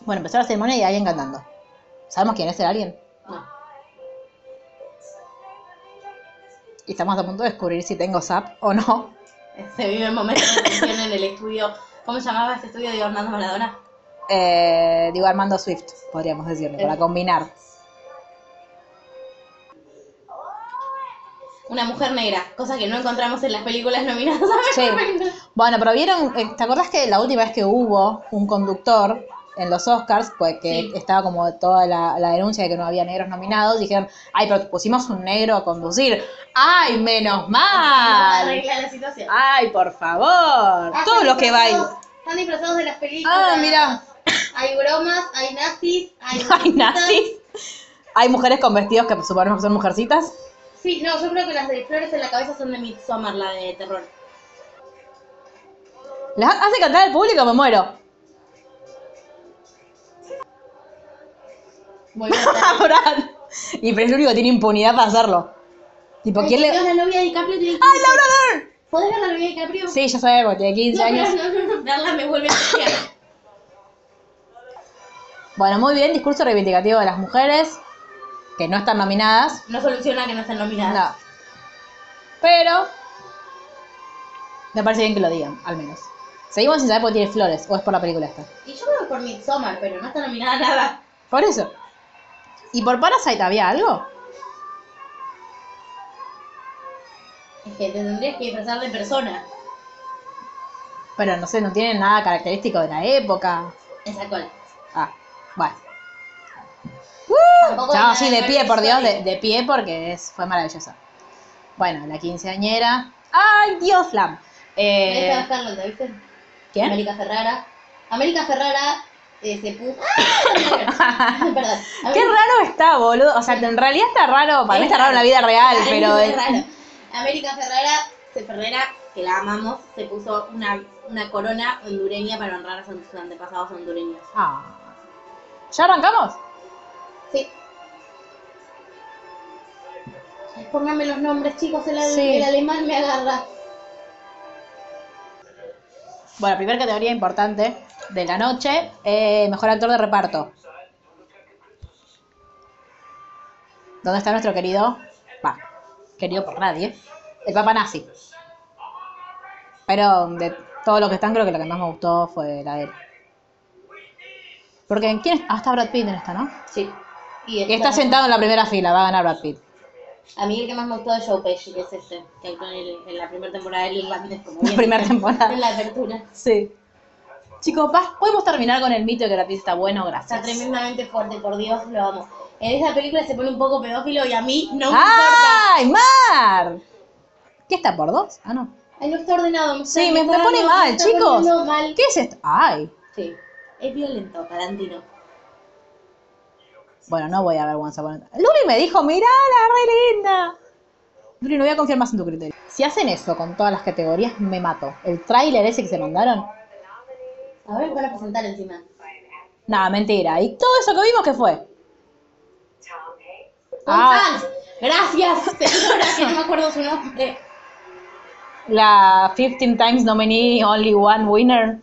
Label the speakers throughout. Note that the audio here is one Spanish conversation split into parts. Speaker 1: Bueno, empezó la ceremonia y hay alguien cantando. ¿Sabemos quién es el alguien?
Speaker 2: No.
Speaker 1: Y estamos a punto de descubrir si tengo zap o no.
Speaker 2: Se vive el momento de tensión en el estudio. ¿Cómo se llamaba este estudio de Hernando Maradona?
Speaker 1: Eh, digo Armando Swift, podríamos decirle, para
Speaker 2: Eh.
Speaker 1: combinar.
Speaker 2: Una mujer negra, cosa que no encontramos en las películas nominadas a
Speaker 1: Sí.
Speaker 2: mejor película.
Speaker 1: Bueno, pero vieron, eh, ¿te acordás que la última vez que hubo un conductor en los Oscars, pues que
Speaker 2: Sí.
Speaker 1: estaba como toda la, la denuncia de que no había negros nominados, dijeron, ay, pero pusimos un negro a conducir. ¡Ay, menos mal!
Speaker 3: arregla la situación.
Speaker 2: Ah,
Speaker 1: ¡Ay, por favor!
Speaker 3: Ah,
Speaker 1: Todos los que bailan.
Speaker 3: Están disfrazados de las películas.
Speaker 1: Ah, mira.
Speaker 3: Hay bromas, hay nazis, hay.
Speaker 1: Hay
Speaker 3: mujercitas.
Speaker 1: nazis. Hay mujeres con vestidos que suponemos que son mujercitas.
Speaker 3: Sí, no, yo creo que las de flores en la cabeza son de Midsommar, la de terror.
Speaker 1: ¿Las hace cantar al público? Me muero.
Speaker 2: Volvió a estar-
Speaker 1: Abraham. Y pero es el único que tiene impunidad para hacerlo. Tipo,
Speaker 3: Ay,
Speaker 1: ¿quién le.?
Speaker 3: Dios,
Speaker 1: ¡Ay,
Speaker 3: la novia de DiCaprio tiene 15.
Speaker 1: Laura Dern!
Speaker 3: ¿Podés ver la novia de DiCaprio?
Speaker 1: Sí, ya sabemos, tiene 15
Speaker 3: No,
Speaker 1: años.
Speaker 3: pero no, no, no,
Speaker 2: Darla me vuelve a choquear.
Speaker 1: Bueno, muy bien, discurso reivindicativo de las mujeres que no están nominadas.
Speaker 2: No soluciona que no estén nominadas.
Speaker 1: No. Pero. Me parece bien que lo digan, al menos. Seguimos sin saber por qué tiene flores, o es por la película esta.
Speaker 3: Y yo creo que por Midsommar, pero no está nominada a nada.
Speaker 1: Por eso. ¿Y por Parasite había algo?
Speaker 2: Es que te tendrías que disfrazar de persona.
Speaker 1: Pero no sé, no tiene nada característico de la época.
Speaker 2: Esa cual.
Speaker 1: Ah, bueno.
Speaker 3: Tampoco
Speaker 1: Estamos
Speaker 3: hay
Speaker 1: así
Speaker 3: nada
Speaker 1: de pie,
Speaker 3: ver
Speaker 1: por Dios, de,
Speaker 3: historia.
Speaker 1: de pie porque es, fue maravillosa. Bueno, la quinceañera. ¡Ay, Dios, Lam!
Speaker 3: Ahí
Speaker 1: Eh,
Speaker 3: está Carlota, ¿viste?
Speaker 1: ¿Quién?
Speaker 3: América Ferrara. América Ferrara eh, se puso. ¡Ah! Perdón.
Speaker 1: Qué
Speaker 3: América-
Speaker 1: raro está, boludo. O sea, en realidad está raro. Para mí
Speaker 3: Es
Speaker 1: está raro en la
Speaker 3: raro.
Speaker 1: vida real,
Speaker 3: Ay,
Speaker 1: pero.
Speaker 3: qué raro. América Ferrara, se- Ferrera, que la amamos, se puso una, una corona hondureña para honrar a sus antepasados hondureños.
Speaker 1: Ah. ¿Ya arrancamos?
Speaker 3: Sí. Ay, Pónganme los nombres, chicos, el, al-
Speaker 1: Sí.
Speaker 3: el alemán me agarra.
Speaker 1: Bueno, primera categoría importante de la noche: eh, mejor actor de reparto. ¿Dónde está nuestro querido? Va, querido por nadie. El Papa Nazi. Pero de todos los que están, creo que la que más me gustó fue la de él. Porque ¿quién es? Ah, está Brad Pitt en esta, ¿no?
Speaker 3: Sí. Y
Speaker 1: Y está sentado en la primera fila, va a ganar Brad Pitt.
Speaker 3: A mí el que más me gustó es Joe Pesci, que es este, que actuó en, el- en la primera temporada del Irlandés, como
Speaker 1: La
Speaker 3: bien.
Speaker 1: primera
Speaker 3: En
Speaker 1: temporada.
Speaker 3: la apertura.
Speaker 1: Sí. Chicos, pa- podemos terminar con el mito de que Brad Pitt está bueno,
Speaker 3: Está
Speaker 1: gracias.
Speaker 3: tremendamente fuerte, por Dios, lo amo. En esa película se pone un poco pedófilo y a mí no me importa.
Speaker 1: ¡Ay, Mar! ¿Qué está por dos? Ah, no.
Speaker 3: Ay, no está ordenado. está-
Speaker 1: Sí, me, me
Speaker 3: está-
Speaker 1: pone
Speaker 3: no, me
Speaker 1: mal,
Speaker 3: está
Speaker 1: chicos.
Speaker 3: poniendo mal.
Speaker 1: ¿Qué es esto? Ay.
Speaker 3: Sí, es violento, Tarantino.
Speaker 1: Bueno, no voy a ver Once Upon a Time. Luli me dijo, mirala, re linda. Luli, no voy a confiar más en tu criterio. Si hacen eso con todas las categorías, me mato. El tráiler ese que se mandaron.
Speaker 3: A ver, van a presentar encima.
Speaker 1: Nada, mentira. ¿Y todo eso que vimos qué fue?
Speaker 3: Tom
Speaker 1: Ah.
Speaker 3: Hanks. Gracias, señora, que no me acuerdo su nombre.
Speaker 1: La 15 times nominee, only one winner.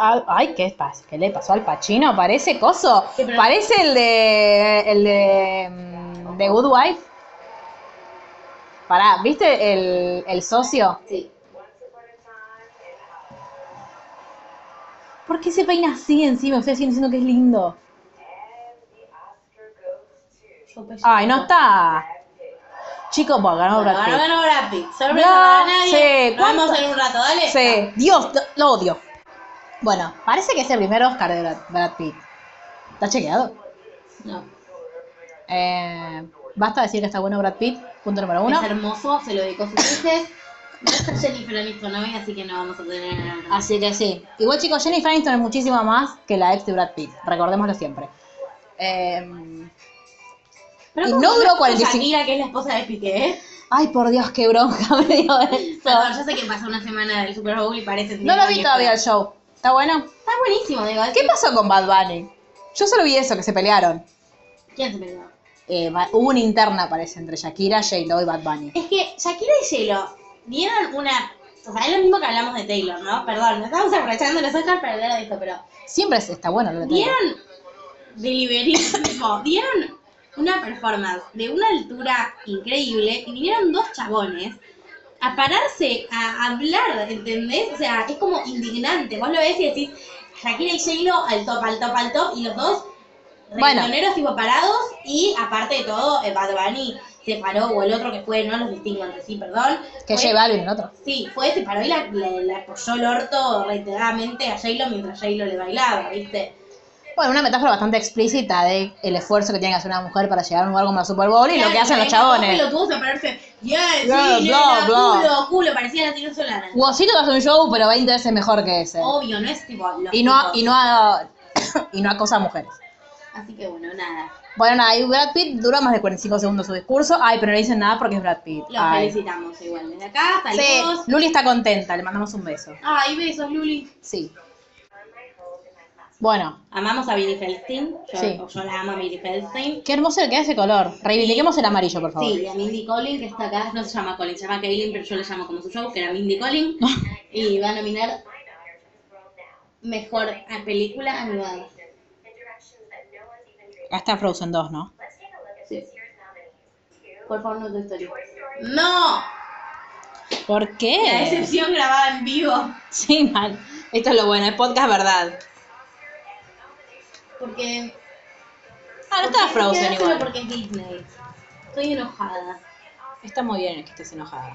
Speaker 1: Ah, Ay, ¿qué, pas- ¿qué le pasó al Pachino? Parece coso.
Speaker 3: Sí, pero-
Speaker 1: Parece el de. El de. mm, de Good Wife. Pará, ¿viste el, el socio?
Speaker 3: Sí.
Speaker 1: ¿Por qué se peina así encima? Ustedes siguen diciendo que es lindo.
Speaker 3: Joe Pesci.
Speaker 1: Ay, no está. Chicos, bueno, ganó
Speaker 3: Bueno,
Speaker 1: Brad
Speaker 3: ahora
Speaker 1: Pitt.
Speaker 3: ganó Brad Pitt. Sorpresa
Speaker 1: No,
Speaker 3: para nadie.
Speaker 1: sí,
Speaker 3: Nos vemos
Speaker 1: ¿cuánto?
Speaker 3: en un rato, dale.
Speaker 1: Sí, Dios, lo- lo odio. Bueno, parece que es el primer Oscar de Brad- Brad Pitt. ¿Está chequeado?
Speaker 3: No.
Speaker 1: Eh, basta decir que está bueno Brad Pitt, punto número uno.
Speaker 3: Es hermoso, se lo dedicó a sus hijos. No está Jennifer Aniston hoy, así que no vamos a tener...
Speaker 1: Así que sí. Igual, chicos, Jennifer Aniston es muchísimo más que la ex de Brad Pitt. Recordémoslo siempre. Eh, y
Speaker 3: ¿cómo
Speaker 1: no duró
Speaker 3: con
Speaker 1: 45
Speaker 3: Shakira, que es la esposa de Piqué, ¿eh?
Speaker 1: ay, por Dios, qué bronca me dio eso.
Speaker 3: Perdón, yo sé que pasó una semana del Super Bowl y parece...
Speaker 1: No lo vi todavía el show. ¿Está bueno?
Speaker 3: Está buenísimo, digo. es
Speaker 1: ¿Qué
Speaker 3: que-
Speaker 1: pasó con Bad Bunny? Yo solo vi eso, que se pelearon.
Speaker 3: ¿Quién se peleó?
Speaker 1: Eh, va- hubo una interna, parece, entre Shakira, J-Lo y Bad Bunny.
Speaker 3: Es que Shakira y J-Lo dieron una... O sea, es lo mismo que hablamos de Taylor, ¿no? Perdón, nos estamos aprovechando los Oscars para hablar de esto, pero...
Speaker 1: Siempre es- está bueno lo de Taylor.
Speaker 3: Dieron deliberismo, dieron una performance de una altura increíble y vinieron dos chabones a pararse a hablar, ¿entendés? O sea, es como indignante. Vos lo ves y decís, Shakira y J-Lo al top, al top, al top, y los dos
Speaker 1: Bueno.
Speaker 3: reggaetoneros tipo parados, y aparte de todo, eh, Bad Bunny se paró, o el otro que fue, no los distingo entre sí, perdón.
Speaker 1: Que
Speaker 3: Fue-
Speaker 1: J Balvin, el otro.
Speaker 3: Sí, fue, se paró y la, la- la apoyó el orto reiteradamente a J-Lo mientras J-Lo le bailaba, ¿viste?
Speaker 1: Bueno, una metáfora bastante explícita de el esfuerzo que tiene que hacer una mujer para llegar a un lugar como la Super Bowl y lo que hacen los chabones.
Speaker 3: Lo puso a pararse. Yeah,
Speaker 1: Bla,
Speaker 3: sí,
Speaker 1: bla,
Speaker 3: nena,
Speaker 1: bla.
Speaker 3: culo, culo. Parecía Latino Solana.
Speaker 1: Wosito hace un show, pero 20 veces mejor que ese.
Speaker 3: Obvio, no es tipo. los
Speaker 1: Y no,
Speaker 3: tipos.
Speaker 1: y no, a- y no acosa a mujeres.
Speaker 3: Así que bueno, nada.
Speaker 1: Bueno, nada, y Brad Pitt dura más de 45 segundos su discurso. Ay, pero no dicen nada porque es Brad Pitt.
Speaker 3: Los
Speaker 1: Ay.
Speaker 3: felicitamos igual. Desde acá
Speaker 1: Sí,
Speaker 3: saludos.
Speaker 1: Luli está contenta, le mandamos un beso.
Speaker 3: Ay, besos, Luli.
Speaker 1: Sí. Bueno,
Speaker 3: Amamos a Billy Feldstein. Yo,
Speaker 1: Sí.
Speaker 3: yo la amo a Billy Feldstein.
Speaker 1: qué hermoso le queda ese color. Reivindiquemos el amarillo, por favor.
Speaker 3: Sí, y a Mindy Collin, que está acá, no se llama Collin, se llama Kaylin, pero yo la llamo como su show, que era Mindy Collin. y va a nominar Mejor a Película Animada.
Speaker 1: Acá está Frozen 2, ¿no?
Speaker 3: Sí. Por favor, no te estoy. ¡No!
Speaker 1: ¿Por
Speaker 3: La
Speaker 1: qué?
Speaker 3: excepción grabada en vivo.
Speaker 1: Sí, mal. Esto es lo bueno, es podcast verdad.
Speaker 3: Porque.
Speaker 1: Ah, no estaba
Speaker 3: porque
Speaker 1: Frozen
Speaker 3: quedárselo
Speaker 1: igual.
Speaker 3: Porque es Disney. Estoy enojada.
Speaker 1: Está muy bien que estés enojada.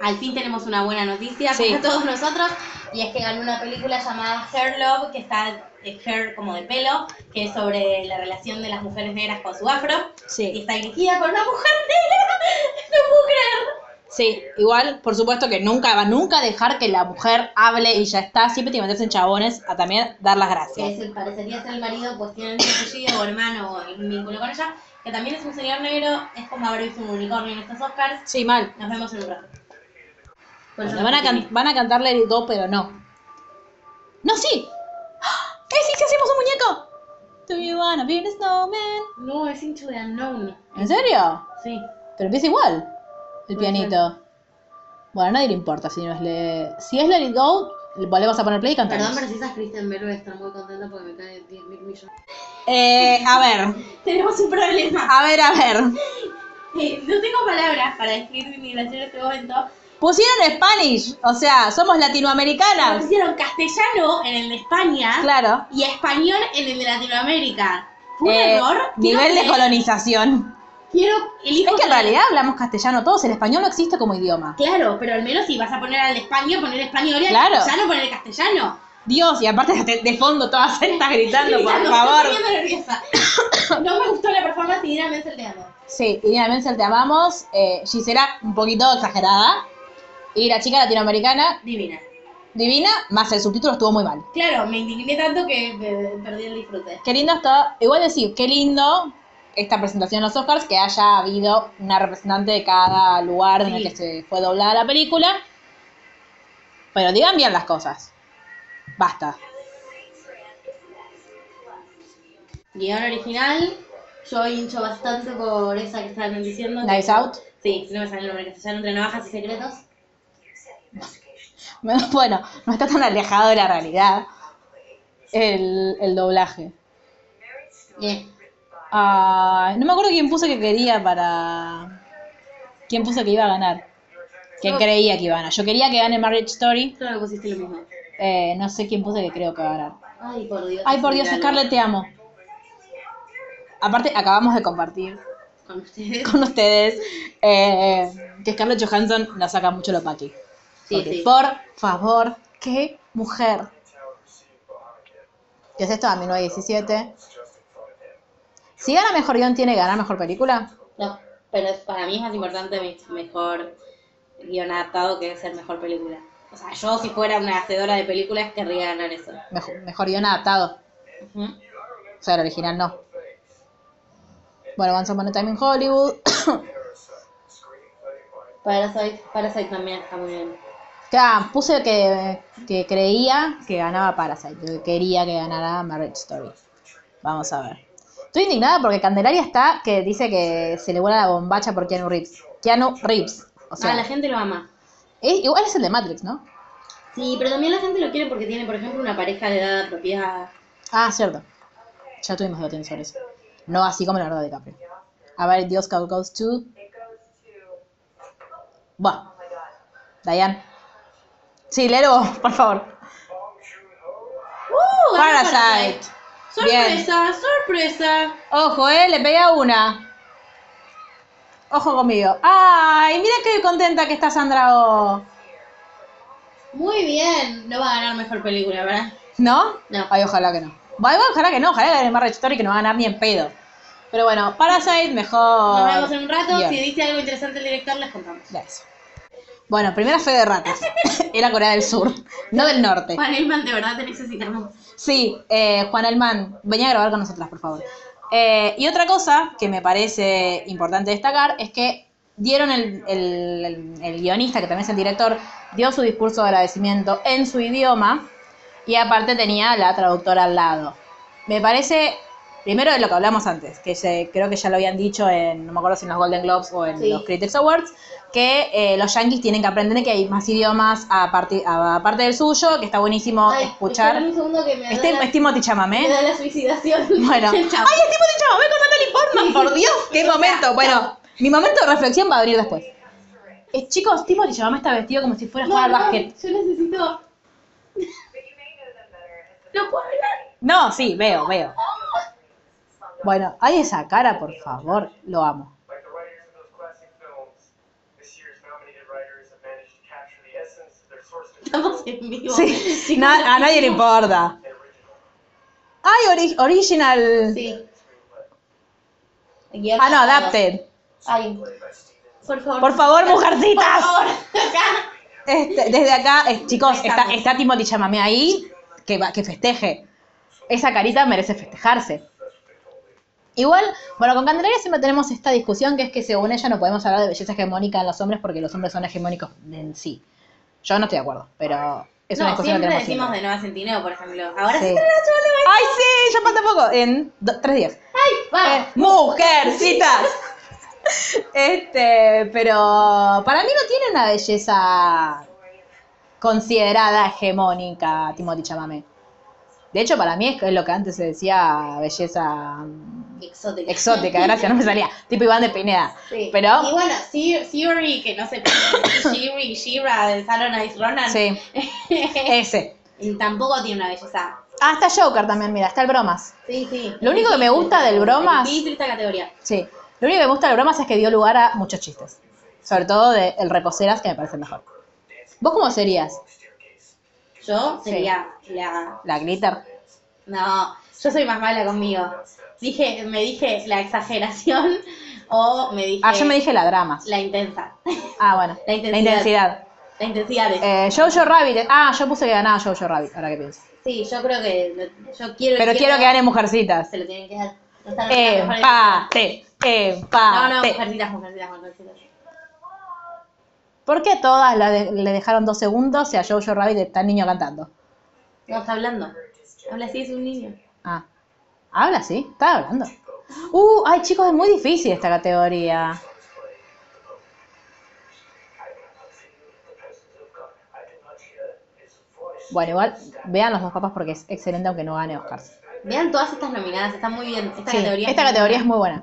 Speaker 3: Al fin tenemos una buena noticia
Speaker 1: Sí.
Speaker 3: para todos nosotros. Y es que ganó una película llamada Hair Love, que está eh, hair como de pelo, que es sobre la relación de las mujeres negras con su afro. Y
Speaker 1: Sí.
Speaker 3: está dirigida por una mujer negra. No puedo creer.
Speaker 1: Sí, igual, por supuesto que nunca va nunca dejar que la mujer hable y ya está. Siempre tiene que meterse en chabones a también dar las
Speaker 3: Que
Speaker 1: gracias.
Speaker 3: es el, parecería ser el marido, pues tiene el apellido o hermano o algún vínculo con ella. Que también es un señor negro. Es como haber visto un unicornio en estos Oscars.
Speaker 1: Sí, mal.
Speaker 3: Nos vemos en un rato. Bueno,
Speaker 1: Bueno, van, a can- van a cantar Let It Go, pero no. No, sí. ¡Eh, sí, sí, hacemos un muñeco! Do you wanna be a snowman?
Speaker 3: No, es Into the Unknown.
Speaker 1: ¿En serio?
Speaker 3: Sí.
Speaker 1: Pero empieza igual, el
Speaker 3: Puede
Speaker 1: pianito. Bueno, a nadie le importa si no es le... Si es Let It Go, volvemos a poner play y cantamos.
Speaker 3: Perdón, pero si esa es Kristen Bell voy a estar muy contenta porque me cae 10 mil millones.
Speaker 1: Eh, a ver,
Speaker 3: Tenemos un problema.
Speaker 1: a ver, a ver.
Speaker 3: Eh, no tengo palabras para describir mi migración en este momento.
Speaker 1: Pusieron Spanish, o sea, somos
Speaker 3: Nos
Speaker 1: latinoamericanas.
Speaker 3: hicieron castellano en el de España
Speaker 1: Ah. Claro.
Speaker 3: y español en el de Latinoamérica. Fue un
Speaker 1: Eh,
Speaker 3: error. Quiero
Speaker 1: Nivel de
Speaker 3: que-
Speaker 1: colonización.
Speaker 3: Quiero elijo
Speaker 1: Es que en
Speaker 3: que-
Speaker 1: realidad hablamos castellano todos, el español no existe como idioma.
Speaker 3: Claro, pero al menos si vas a poner al de español, poner español y al
Speaker 1: Claro.
Speaker 3: castellano, poner castellano.
Speaker 1: Dios, y aparte de, de fondo todas estas gritando, por
Speaker 3: Gritando,
Speaker 1: favor.
Speaker 3: estoy poniendo nerviosa. No me gustó la performance y Irán Menzel te amo.
Speaker 1: Sí, Irina Menzel, te amamos. Eh, Gisela, un poquito exagerada. Y la chica latinoamericana,
Speaker 3: Divina.
Speaker 1: divina, más el subtítulo estuvo muy mal.
Speaker 3: Claro, me indigné tanto que eh, perdí el disfrute.
Speaker 1: Qué lindo está, igual decir, qué lindo esta presentación en los Oscars, que haya habido una representante de cada lugar en el
Speaker 3: Sí.
Speaker 1: que se fue doblada la película. Pero digan bien las cosas. Basta.
Speaker 3: Guión original, yo hincho bastante por esa que estaban diciendo. que-
Speaker 1: Knives Out.
Speaker 3: Sí, no me sale el nombre castellano, entre navajas y secretos.
Speaker 1: Bueno, no está tan alejado de la realidad el, el doblaje.
Speaker 3: Bien.
Speaker 1: Ah, no me acuerdo quién puso que quería para. ¿Quién puso que iba a ganar? ¿Quién
Speaker 3: Yo-
Speaker 1: creía que iba a ganar? Yo quería que gane Marriage Story.
Speaker 3: Creo que pusiste lo mismo.
Speaker 1: eh, no sé quién puso que creo que va a ganar.
Speaker 3: Ay, por Dios.
Speaker 1: Ay, por Dios,
Speaker 3: Miralo.
Speaker 1: Scarlett, te amo. Aparte, acabamos de compartir
Speaker 3: Con ustedes.
Speaker 1: con ustedes eh, que Scarlett Johansson nos saca mucho lo paqui.
Speaker 3: Sí,
Speaker 1: Porque,
Speaker 3: sí.
Speaker 1: Por favor, qué mujer. ¿Qué es esto? A 1917. Si gana mejor guión, ¿tiene que ganar mejor película?
Speaker 3: No, pero es- para mí es más importante mi mejor guión adaptado que ser mejor película. O sea, yo si fuera una hacedora de películas querría ganar eso.
Speaker 1: Mejor, mejor guión adaptado.
Speaker 3: Ujú.
Speaker 1: O sea, el original no. Bueno, Once Upon a Time in Hollywood.
Speaker 3: Parasite, Parasite también está muy bien.
Speaker 1: ya, puse que, que creía que ganaba Parasite. Yo quería que ganara Marriage Story. Vamos a ver. Estoy indignada porque Candelaria está que dice que se le vuela la bombacha por Keanu Reeves. Keanu Reeves. O sea,
Speaker 3: ah, la gente lo ama.
Speaker 1: es- igual es el de Matrix, ¿no?
Speaker 3: Sí, pero también la gente lo quiere porque tiene, por ejemplo, una pareja de edad apropiada.
Speaker 1: Ah, cierto. Ya tuvimos debate sobre eso. No así como Leonardo DiCaprio. A ver, Dios Cow Goes to. Bueno. Diane. Sí, léelo, vos, por favor. Oh,
Speaker 2: ¡Uh! ganó
Speaker 1: Parasite. Bien.
Speaker 2: ¡Sorpresa! ¡Sorpresa!
Speaker 1: Ojo, eh, le pegué a una. Ojo conmigo. ¡Ay! Mira qué contenta que está Sandra Oh.
Speaker 3: Muy bien, no va a ganar mejor película, ¿verdad?
Speaker 1: ¿No?
Speaker 3: No.
Speaker 1: Ay, ojalá que no. Bueno, igual, ojalá que no, ojalá que gane Marriage Story que no va a ganar ni en pedo. Pero bueno, Parasite mejor.
Speaker 3: Nos vemos en un rato.
Speaker 1: Oh, Bien.
Speaker 3: Si dice algo interesante el director, les contamos.
Speaker 1: Ya eso. Bueno, primera fe de ratas. Era Corea del Sur, no del norte.
Speaker 2: Juan Elman, de verdad te necesitamos.
Speaker 1: Sí, eh, Juan Elman, venía a grabar con nosotras, por favor. Eh, y otra cosa que me parece importante destacar es que dieron el, el- el- el guionista, que también es el director, dio su discurso de agradecimiento en su idioma y aparte tenía la traductora al lado. Me parece, primero de lo que hablamos antes, que se- creo que ya lo habían dicho en, no me acuerdo si en los Golden Globes o en
Speaker 3: Sí.
Speaker 1: los Critics Awards, que eh, los yankees tienen que aprender que hay más idiomas aparte, aparte del suyo, que está buenísimo
Speaker 3: Ay,
Speaker 1: escuchar.
Speaker 3: espera Un segundo que me,
Speaker 1: Este
Speaker 3: da, la,
Speaker 1: es Timothy Chalamet.
Speaker 3: me da la suicidación.
Speaker 1: Bueno. ¡Ay, es Timothy
Speaker 3: Chao.
Speaker 1: Chalamet con Natalie Portman! ¡Por Dios! ¡Qué momento! Bueno, mi momento de reflexión va a venir después. Eh, chicos, Timothy Chalamet está vestido como si fuera a
Speaker 3: No,
Speaker 1: jugar
Speaker 3: no,
Speaker 1: al básquet.
Speaker 3: yo necesito.
Speaker 2: ¡No puedo hablar!
Speaker 1: No, sí, veo, veo. Bueno, hay esa cara, por favor. Lo amo.
Speaker 4: Like the writers of those classic films, this year's nominated writers have managed to capture the essence of their source
Speaker 3: Estamos en vivo.
Speaker 1: Sí, ah, na- a nadie le importa. Ay, ori- original.
Speaker 3: Sí.
Speaker 1: Ah, no, adapted.
Speaker 3: Ay, por favor.
Speaker 1: Por favor, mujercitas.
Speaker 3: Acá.
Speaker 1: Este, desde acá, eh, chicos, está, está Timothy Chamamé ahí, que, va- que festeje. Esa carita merece festejarse. Igual, bueno, con Candelaria siempre tenemos esta discusión que es que según ella no podemos hablar de belleza hegemónica en los hombres porque los hombres son hegemónicos en sí. Yo no estoy de acuerdo, pero es una
Speaker 3: no,
Speaker 1: discusión que
Speaker 3: siempre
Speaker 1: tenemos
Speaker 3: decimos
Speaker 1: siempre.
Speaker 3: de Nueva Centineo, por ejemplo. Ahora sí.
Speaker 1: Sí. ¡Ay, sí! Ya falta poco. En do- tres días.
Speaker 3: Vamos.
Speaker 1: Eh, mujercitas. Este, pero para mí no tiene una belleza considerada hegemónica Timothy Chamamé. De hecho, para mí es lo que antes se decía belleza mm,
Speaker 3: Exótica.
Speaker 1: exótica, gracias, no me salía. Tipo Iván de Pineda.
Speaker 3: Sí.
Speaker 1: Pero,
Speaker 3: Y bueno, Si- Siri, que no sé, Siri, Shira, de Salon Ice Ronan.
Speaker 1: sí, ese.
Speaker 3: Y tampoco tiene una belleza.
Speaker 1: Ah, está Joker también, mira, está el bromas.
Speaker 3: Sí, sí.
Speaker 1: Lo único que me gusta del bromas-
Speaker 3: Sí, triste categoría.
Speaker 1: Sí. Lo único que me gusta de bromas es que dio lugar a muchos chistes. Sobre todo de el reposeras, que me parece mejor. ¿Vos cómo serías?
Speaker 3: Yo
Speaker 1: Sí.
Speaker 3: sería la.
Speaker 1: La glitter.
Speaker 3: No, yo soy más mala conmigo. Dije, me dije la exageración o me dije.
Speaker 1: Ah, yo me dije la drama.
Speaker 3: La intensa.
Speaker 1: Ah, bueno.
Speaker 3: La intensidad.
Speaker 1: La intensidad.
Speaker 3: La intensidad de.
Speaker 1: Eh, Jojo Rabbit. Ah, yo puse que ganaba Jojo Rabbit, ahora que pienso.
Speaker 3: Sí, yo creo que. Yo quiero.
Speaker 1: Pero quiero que gane Eh, Mujercitas.
Speaker 3: Se lo tienen que dar. No están las mejores-
Speaker 1: Empate.
Speaker 3: No, no,
Speaker 1: Empate.
Speaker 3: mujercitas, mujercitas, mujercitas.
Speaker 1: ¿Por qué todas la de- le dejaron dos segundos y a Jojo Rabbit está el niño cantando?
Speaker 3: No, está hablando. Habla así, es un niño.
Speaker 1: Ah. Habla, sí. Está hablando. Uh, ay, chicos, es muy difícil esta categoría. Bueno, igual vean los dos papas porque es excelente aunque no gane Oscars.
Speaker 3: Vean todas estas nominadas, está muy bien. Esta
Speaker 1: Sí,
Speaker 3: categoría.
Speaker 1: esta categoría es muy buena.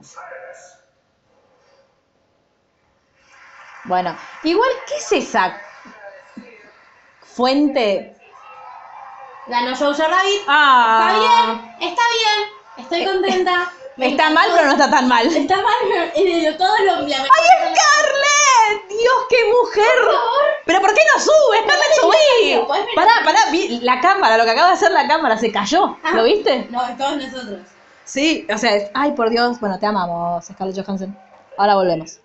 Speaker 1: Bueno, igual, ¿qué es esa fuente?
Speaker 3: Ganó Jojo Rabbit. Está
Speaker 1: Ah, Eh,
Speaker 3: bien, está bien. Estoy contenta. Me
Speaker 1: Está
Speaker 3: encantó.
Speaker 1: mal, pero no está tan mal.
Speaker 3: Está mal, pero en el- todo lo. La
Speaker 1: ¡Ay, Scarlett! ¡Dios, qué mujer! ¿Pero por qué no sube? ¡Scarlett,
Speaker 3: no, podés
Speaker 1: subí!
Speaker 3: ver-
Speaker 1: Pará, pará, vi- la cámara, lo que acaba de hacer la cámara, se cayó.
Speaker 3: Ah.
Speaker 1: ¿Lo viste?
Speaker 3: No, todos nosotros.
Speaker 1: Sí, o sea, es- ay, por Dios, bueno, te amamos, Scarlett Johansson. Ahora volvemos.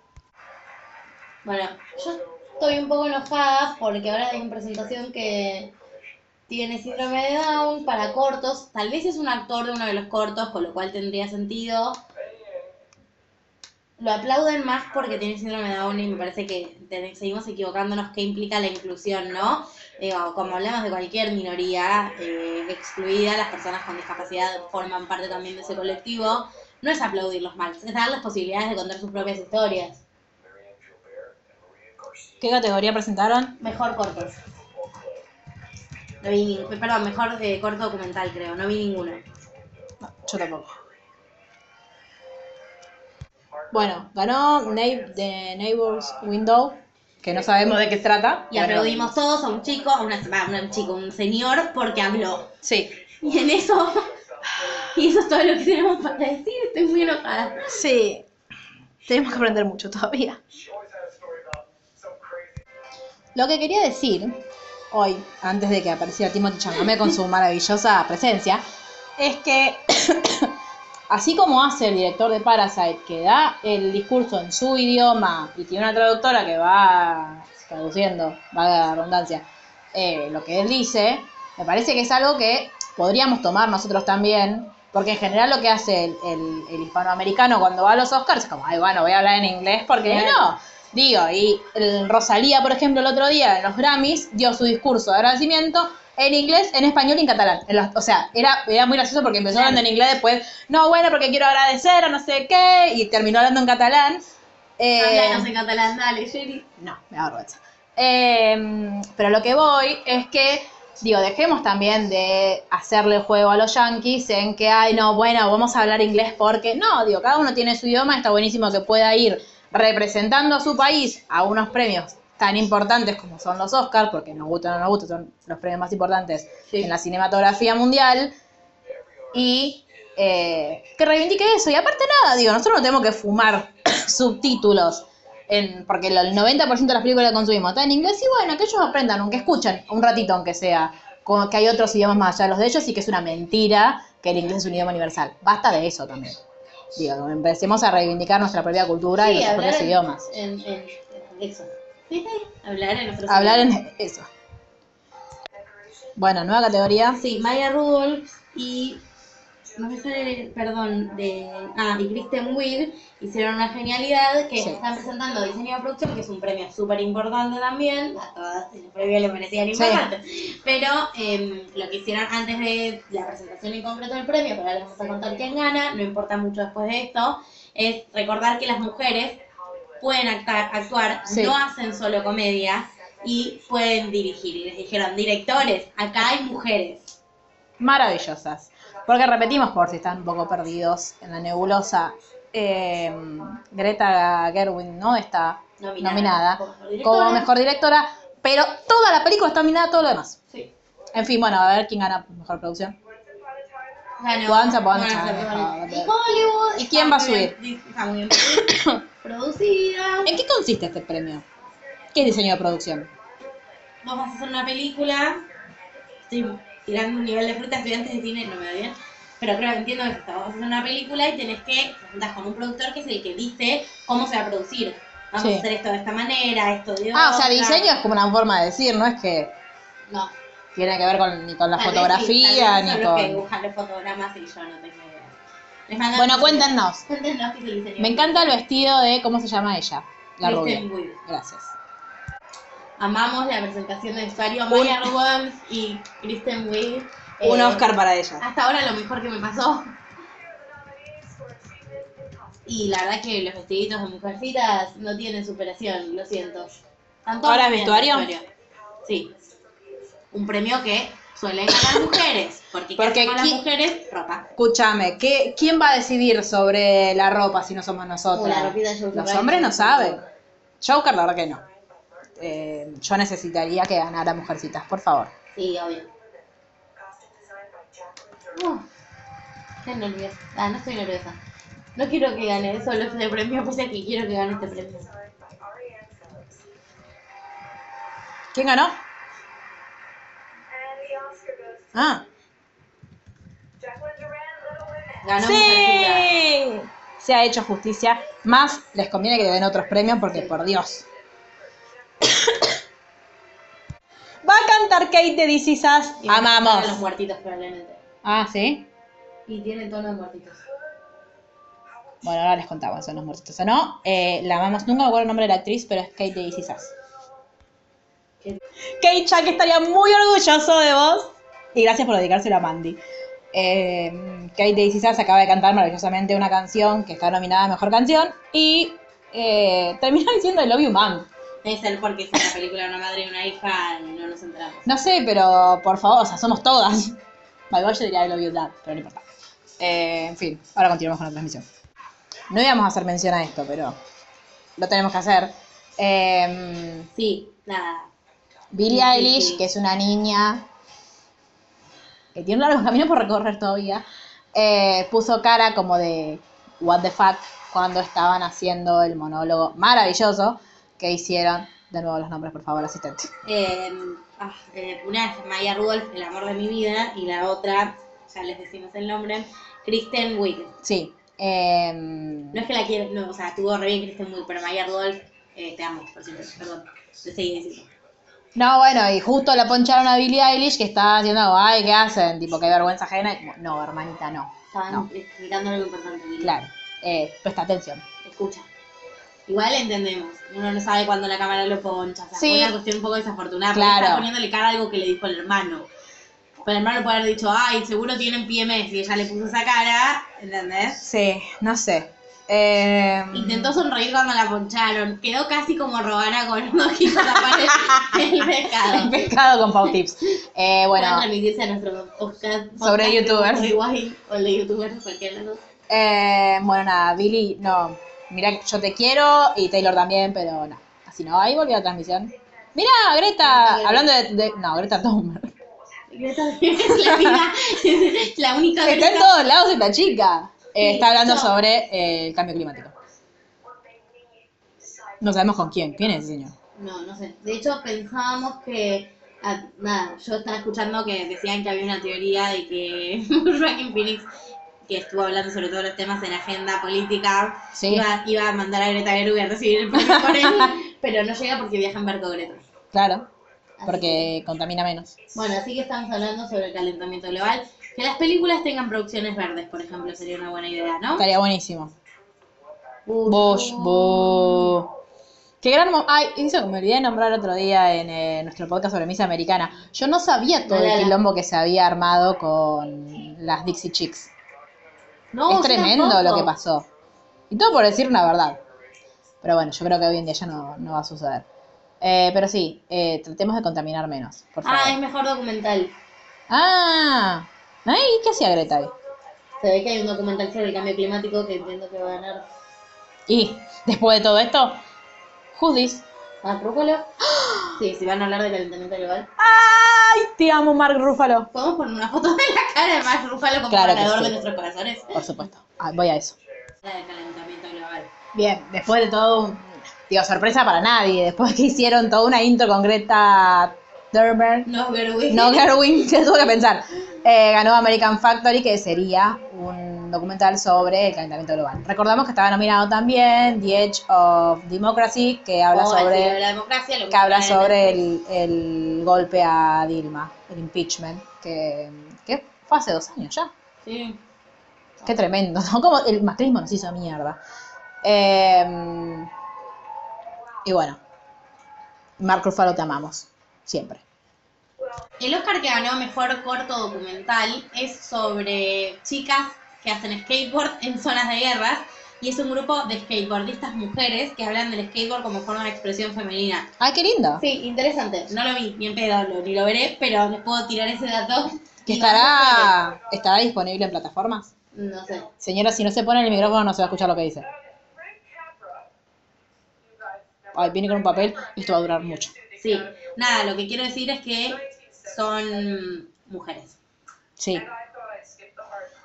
Speaker 3: Bueno, yo estoy un poco enojada porque ahora hay una presentación que tiene síndrome de Down para cortos. Tal vez es un actor de uno de los cortos, con lo cual tendría sentido. Lo aplauden más porque tiene síndrome de Down y me parece que te- seguimos equivocándonos qué implica la inclusión, ¿no? Digo, como hablamos de cualquier minoría eh, excluida, las personas con discapacidad forman parte también de ese colectivo. No es aplaudirlos mal, es darles posibilidades de contar sus propias historias.
Speaker 1: ¿Qué categoría presentaron?
Speaker 3: Mejor corto. No vi nin- Perdón, mejor eh, corto documental, creo. No vi ninguno.
Speaker 1: No, yo tampoco. Bueno, ganó Neigh- The Neighbor's Window, que no sabemos de qué trata.
Speaker 3: Y aplaudimos todos a un chico, a una, va, un chico, un señor, porque habló.
Speaker 1: Sí,
Speaker 3: Y en eso. Y eso es todo lo que tenemos para decir. Estoy muy enojada.
Speaker 1: sí. Tenemos que aprender mucho todavía. Lo que quería decir hoy, antes de que apareciera Timothy Chalamet con su maravillosa presencia, es que así como hace el director de Parasite, que da el discurso en su idioma y tiene una traductora que va traduciendo, valga la redundancia, eh, lo que él dice, me parece que es algo que podríamos tomar nosotros también, porque en general lo que hace el, el- el hispanoamericano cuando va a los Oscars es como, ay, bueno, voy a hablar en inglés porque no. Digo, y el Rosalía, por ejemplo, el otro día en los Grammys dio su discurso de agradecimiento en inglés, en español y en catalán. En los- o sea, era, era muy gracioso porque empezó hablando en inglés después, no, bueno, porque quiero agradecer a no sé qué, y terminó hablando en catalán. Eh,
Speaker 3: Háblanos en catalán, dale, Jerry.
Speaker 1: no, me da vergüenza. Eh, pero lo que voy es que, digo, dejemos también de hacerle juego a los yankees en que, ay, no, bueno, vamos a hablar inglés porque. No, digo, cada uno tiene su idioma, está buenísimo que pueda ir representando a su país a unos premios tan importantes como son los Oscars, porque nos gusta o no nos gusta, son los premios más importantes en la cinematografía mundial y eh, que reivindique eso. Y aparte nada, digo, nosotros no tenemos que fumar subtítulos, en, porque lo- el 90% de las películas que consumimos está en inglés y bueno, que ellos aprendan, aunque escuchen un ratito, aunque sea, como que hay otros idiomas más allá de los de ellos y que es una mentira que el inglés es un idioma universal. Basta de eso también. Digo, empecemos a reivindicar nuestra propia cultura y nuestros propios
Speaker 3: en,
Speaker 1: idiomas.
Speaker 3: En, en- eso. Sí, sí, Hablar en otros
Speaker 1: Hablar
Speaker 3: idiomas.
Speaker 1: en eso. Bueno, nueva categoría.
Speaker 3: Sí, Maya Rudolph y. No me sale, perdón, de. Ah, y Kristen Wiig hicieron una genialidad que
Speaker 1: Sí.
Speaker 3: están presentando diseño de producción, que es un premio súper importante también. A todas el premio le parecían
Speaker 1: Sí.
Speaker 3: importantes. Pero em, lo que hicieron antes de la presentación en concreto del premio, que ahora les vamos a contar quién gana, no importa mucho después de esto, es recordar que las mujeres pueden actar- actuar,
Speaker 1: Sí.
Speaker 3: no hacen solo comedia y pueden dirigir. Y les dijeron, directores, acá hay mujeres.
Speaker 1: maravillosas. Porque repetimos, por si están un poco perdidos en la nebulosa, eh, Greta Gerwin no está
Speaker 3: Nominada.
Speaker 1: nominada,
Speaker 3: Como mejor directora.
Speaker 1: como mejor directora, pero toda la película está nominada a todo lo demás.
Speaker 3: Sí.
Speaker 1: En fin, bueno, a ver quién gana mejor producción.
Speaker 3: Ganó.
Speaker 1: Once upon a
Speaker 3: Once
Speaker 1: time.
Speaker 3: upon a time.
Speaker 1: Ah,
Speaker 3: Y Hollywood.
Speaker 1: ¿Y
Speaker 3: está
Speaker 1: quién va a
Speaker 3: muy bien- Está muy bien producida.
Speaker 1: ¿En qué consiste este premio? ¿Qué es diseño de producción?
Speaker 3: Vos vas a hacer una película. Estoy tirando un nivel de fruta estudiantes de cine, no me da bien. Pero creo que entiendo que esto. Vas a hacer una película y tenés que. Te juntás con un productor que es el que dice cómo se va a producir. Vamos
Speaker 1: Sí.
Speaker 3: a hacer esto de esta manera, esto de
Speaker 1: Ah, o sea,
Speaker 3: otra.
Speaker 1: diseño es como una forma de decir, no es que
Speaker 3: No.
Speaker 1: tiene que ver con, ni con la
Speaker 3: Tal vez Ah, sí,
Speaker 1: fotografía,
Speaker 3: tal vez
Speaker 1: ni
Speaker 3: son los que
Speaker 1: con...
Speaker 3: dibujan los fotogramas y yo no tengo idea. Les mando-
Speaker 1: Bueno, cuéntenos.
Speaker 3: Cuéntenos qué es el diseño.
Speaker 1: Me encanta el vestido de, ¿cómo se llama ella? La rubia.
Speaker 3: Kristen Wiig.
Speaker 1: Gracias.
Speaker 3: Amamos la presentación de usuario Maya Rudolph y Kristen Wiig. Eh,
Speaker 1: Un Oscar para ella.
Speaker 3: Hasta ahora lo mejor que me pasó. Y la verdad que los vestiditos de mujercitas no tienen superación, lo siento. Tanto
Speaker 1: ¿Ahora es vestuario?
Speaker 3: Sí. Un premio que suelen ganar mujeres. Porque, ¿qué
Speaker 1: Porque
Speaker 3: hacen con las
Speaker 1: qui-
Speaker 3: mujeres? Ropa.
Speaker 1: Escúchame, ¿qué- ¿quién va a decidir sobre la ropa si no somos nosotros?
Speaker 3: La ropita yo creo
Speaker 1: Los
Speaker 3: que-
Speaker 1: hombres no saben. Joker, la verdad que no. Eh, yo necesitaría que ganara Mujercitas, por favor.
Speaker 3: Sí, obvio. Uf, estoy nerviosa. Ah, no estoy nerviosa. No quiero que gane solo este premio, pese a que quiero que gane este premio.
Speaker 1: ¿Quién ganó? Ah,
Speaker 4: Jacqueline Duran, Little Women.
Speaker 3: Ganó Mujercitas.
Speaker 1: ¡Sí! Se ha hecho justicia. Más les conviene que le den otros premios porque, por Dios. Va a cantar Kate de This Is Us.
Speaker 3: Y tiene Los
Speaker 1: Amamos.
Speaker 3: muertitos probablemente.
Speaker 1: Ah, ¿sí?
Speaker 3: Y tiene todos los muertitos.
Speaker 1: Bueno, ahora les contaba, son los muertitos o no. Eh, la amamos, nunca me acuerdo el nombre de la actriz, pero es Kate de This Is Us. Kate Chuck estaría muy orgulloso de vos. Y gracias por dedicárselo a Mandy. Eh, Kate de This Is Us acaba de cantar maravillosamente una canción que está nominada a Mejor Canción y eh, terminó diciendo I Love You Mom.
Speaker 3: Debe ser porque es una película de una madre y una hija y no nos enteramos.
Speaker 1: No sé, pero por favor, o sea, somos todas. My yo diría I love you, dad, pero no importa. Eh, en fin, ahora continuamos con la transmisión. No íbamos a hacer mención a esto, pero lo tenemos que hacer. Eh,
Speaker 3: Sí, nada.
Speaker 1: Billie
Speaker 3: Sí, sí,
Speaker 1: Eilish,
Speaker 3: sí.
Speaker 1: que es una niña que tiene un largo camino por recorrer todavía, eh, puso cara como de what the fuck cuando estaban haciendo el monólogo maravilloso que hicieron. De nuevo los nombres, por favor, asistente.
Speaker 3: Eh, ah, eh, una es Maya Rudolph, el amor de mi vida, y la otra, ya les decimos el nombre, Kristen Wiig.
Speaker 1: Sí. em,
Speaker 3: No es que la quiera, no, o sea, estuvo re bien Kristen Wiig, pero Maya Rudolph, eh, te amo, por siempre, perdón. Te seguí diciendo.
Speaker 1: No, bueno, y justo la poncharon a Billie Eilish que estaba haciendo, ay, ¿qué hacen? Tipo, qué vergüenza ajena. Y como, no, hermanita, no.
Speaker 3: Estaban
Speaker 1: No.
Speaker 3: explicando algo importante. Lili.
Speaker 1: Claro, eh, presta atención.
Speaker 3: Escucha. Igual entendemos. Uno no sabe cuándo la cámara lo poncha. O sea,
Speaker 1: Sí.
Speaker 3: fue una cuestión un poco desafortunada.
Speaker 1: Claro.
Speaker 3: Porque está poniéndole cara a algo que le dijo el hermano. Pero el hermano puede haber dicho, ay, seguro tienen PMS. Y ella le puso esa cara, ¿entendés?
Speaker 1: Sí, no sé. Eh,
Speaker 3: Intentó sonreír cuando la poncharon. Quedó casi como Robana cuando quiso tapar el, el
Speaker 1: el
Speaker 3: pecado.
Speaker 1: pescado con Pau Tips. Eh,
Speaker 3: Pueden
Speaker 1: bueno,
Speaker 3: remitirse a nuestro podcast.
Speaker 1: Sobre
Speaker 3: podcast de
Speaker 1: youtubers.
Speaker 3: Uruguay, O el de youtubers, cualquier lado.
Speaker 1: eh, bueno, nada, Billie, no. Mirá, que yo te quiero y Taylor también, pero no. Así no, ahí volvió la transmisión. Mirá, Greta, hablando de, de- No, Greta Thunberg.
Speaker 3: Es la mina, la única
Speaker 1: Está en
Speaker 3: verga-
Speaker 1: todos lados esta chica. Eh,
Speaker 3: Sí,
Speaker 1: está hablando
Speaker 3: no.
Speaker 1: sobre eh, el cambio climático. No sabemos con quién. ¿Quién es ese señor?
Speaker 3: No, no sé. De hecho, pensábamos que. ah, nada, yo estaba escuchando que decían que había una teoría de que Joaquin Phoenix, que estuvo hablando sobre todos los temas en agenda política,
Speaker 1: Sí.
Speaker 3: iba, iba a mandar a Greta Gerwig a recibir el premio por él, pero no llega porque viaja en barco Greta.
Speaker 1: Claro, porque contamina menos.
Speaker 3: Bueno, así que estamos hablando sobre el calentamiento global. Que las películas tengan producciones verdes, por ejemplo, sería una buena idea, ¿no?
Speaker 1: Estaría buenísimo.
Speaker 3: Uy,
Speaker 1: Bosch, bo. Qué gran mo- Ay, eso que me olvidé de nombrar otro día en eh, nuestro podcast sobre misa americana. Yo no sabía todo el
Speaker 3: Malala.
Speaker 1: quilombo que se había armado con las Dixie Chicks.
Speaker 3: no,
Speaker 1: es
Speaker 3: yo
Speaker 1: tremendo lo
Speaker 3: tampoco.
Speaker 1: que pasó. Y todo por decir una verdad. Pero bueno, yo creo que hoy en día ya no, no va a suceder. Eh, pero sí, eh, tratemos de contaminar menos, por favor.
Speaker 3: Ah, es mejor documental.
Speaker 1: Ah, ay, ¿qué hacía Greta ahí?
Speaker 3: Se ve que hay un documental sobre el cambio climático que entiendo que va a ganar
Speaker 1: Y después de todo esto, Judis.
Speaker 3: Mark Ruffalo.
Speaker 1: ¡Ah!
Speaker 3: Sí, si van a hablar de calentamiento global.
Speaker 1: ¡Ay! Te amo, Mark Ruffalo.
Speaker 3: ¿Podemos poner una foto de la cara de Mark Ruffalo como
Speaker 1: Claro que
Speaker 3: ganador
Speaker 1: sí.
Speaker 3: de nuestros corazones?
Speaker 1: Por supuesto. Ah, voy a eso.
Speaker 3: La de calentamiento global.
Speaker 1: Bien, después de todo, un- digo, sorpresa para nadie. Después que hicieron toda una intro con Greta Thunberg.
Speaker 3: No, Gerwig.
Speaker 1: No, Gerwin, se tuvo que pensar. Eh, ganó American Factory, que sería un documental sobre el calentamiento global. Recordamos que estaba nominado también The Edge of Democracy, que habla
Speaker 3: Oh, el estilo de
Speaker 1: sobre,
Speaker 3: la democracia. lo
Speaker 1: que habla
Speaker 3: mismo
Speaker 1: sobre
Speaker 3: en-
Speaker 1: el, el golpe a Dilma, el impeachment, que, que fue hace dos años ya.
Speaker 3: Sí.
Speaker 1: Qué tremendo, ¿no? Como el macrismo nos hizo mierda. Eh, y bueno, Mark Ruffalo te amamos, siempre.
Speaker 3: El Oscar que ganó mejor corto documental es sobre chicas que hacen skateboard en zonas de guerras y es un grupo de skateboardistas mujeres que hablan del skateboard como forma de expresión femenina.
Speaker 1: ¡Ay, qué lindo!
Speaker 3: Sí, interesante. No lo vi, ni en pedo, lo- ni lo veré, pero les puedo tirar ese dato.
Speaker 1: Que
Speaker 3: Y vamos
Speaker 1: estará, estará disponible en plataformas.
Speaker 3: a ver. No sé.
Speaker 1: Señora, si no se pone el micrófono no se va a escuchar lo que dice. Ay, viene con un papel y esto va a durar mucho.
Speaker 3: Sí. Nada, lo que quiero decir es que son mujeres.
Speaker 1: Sí.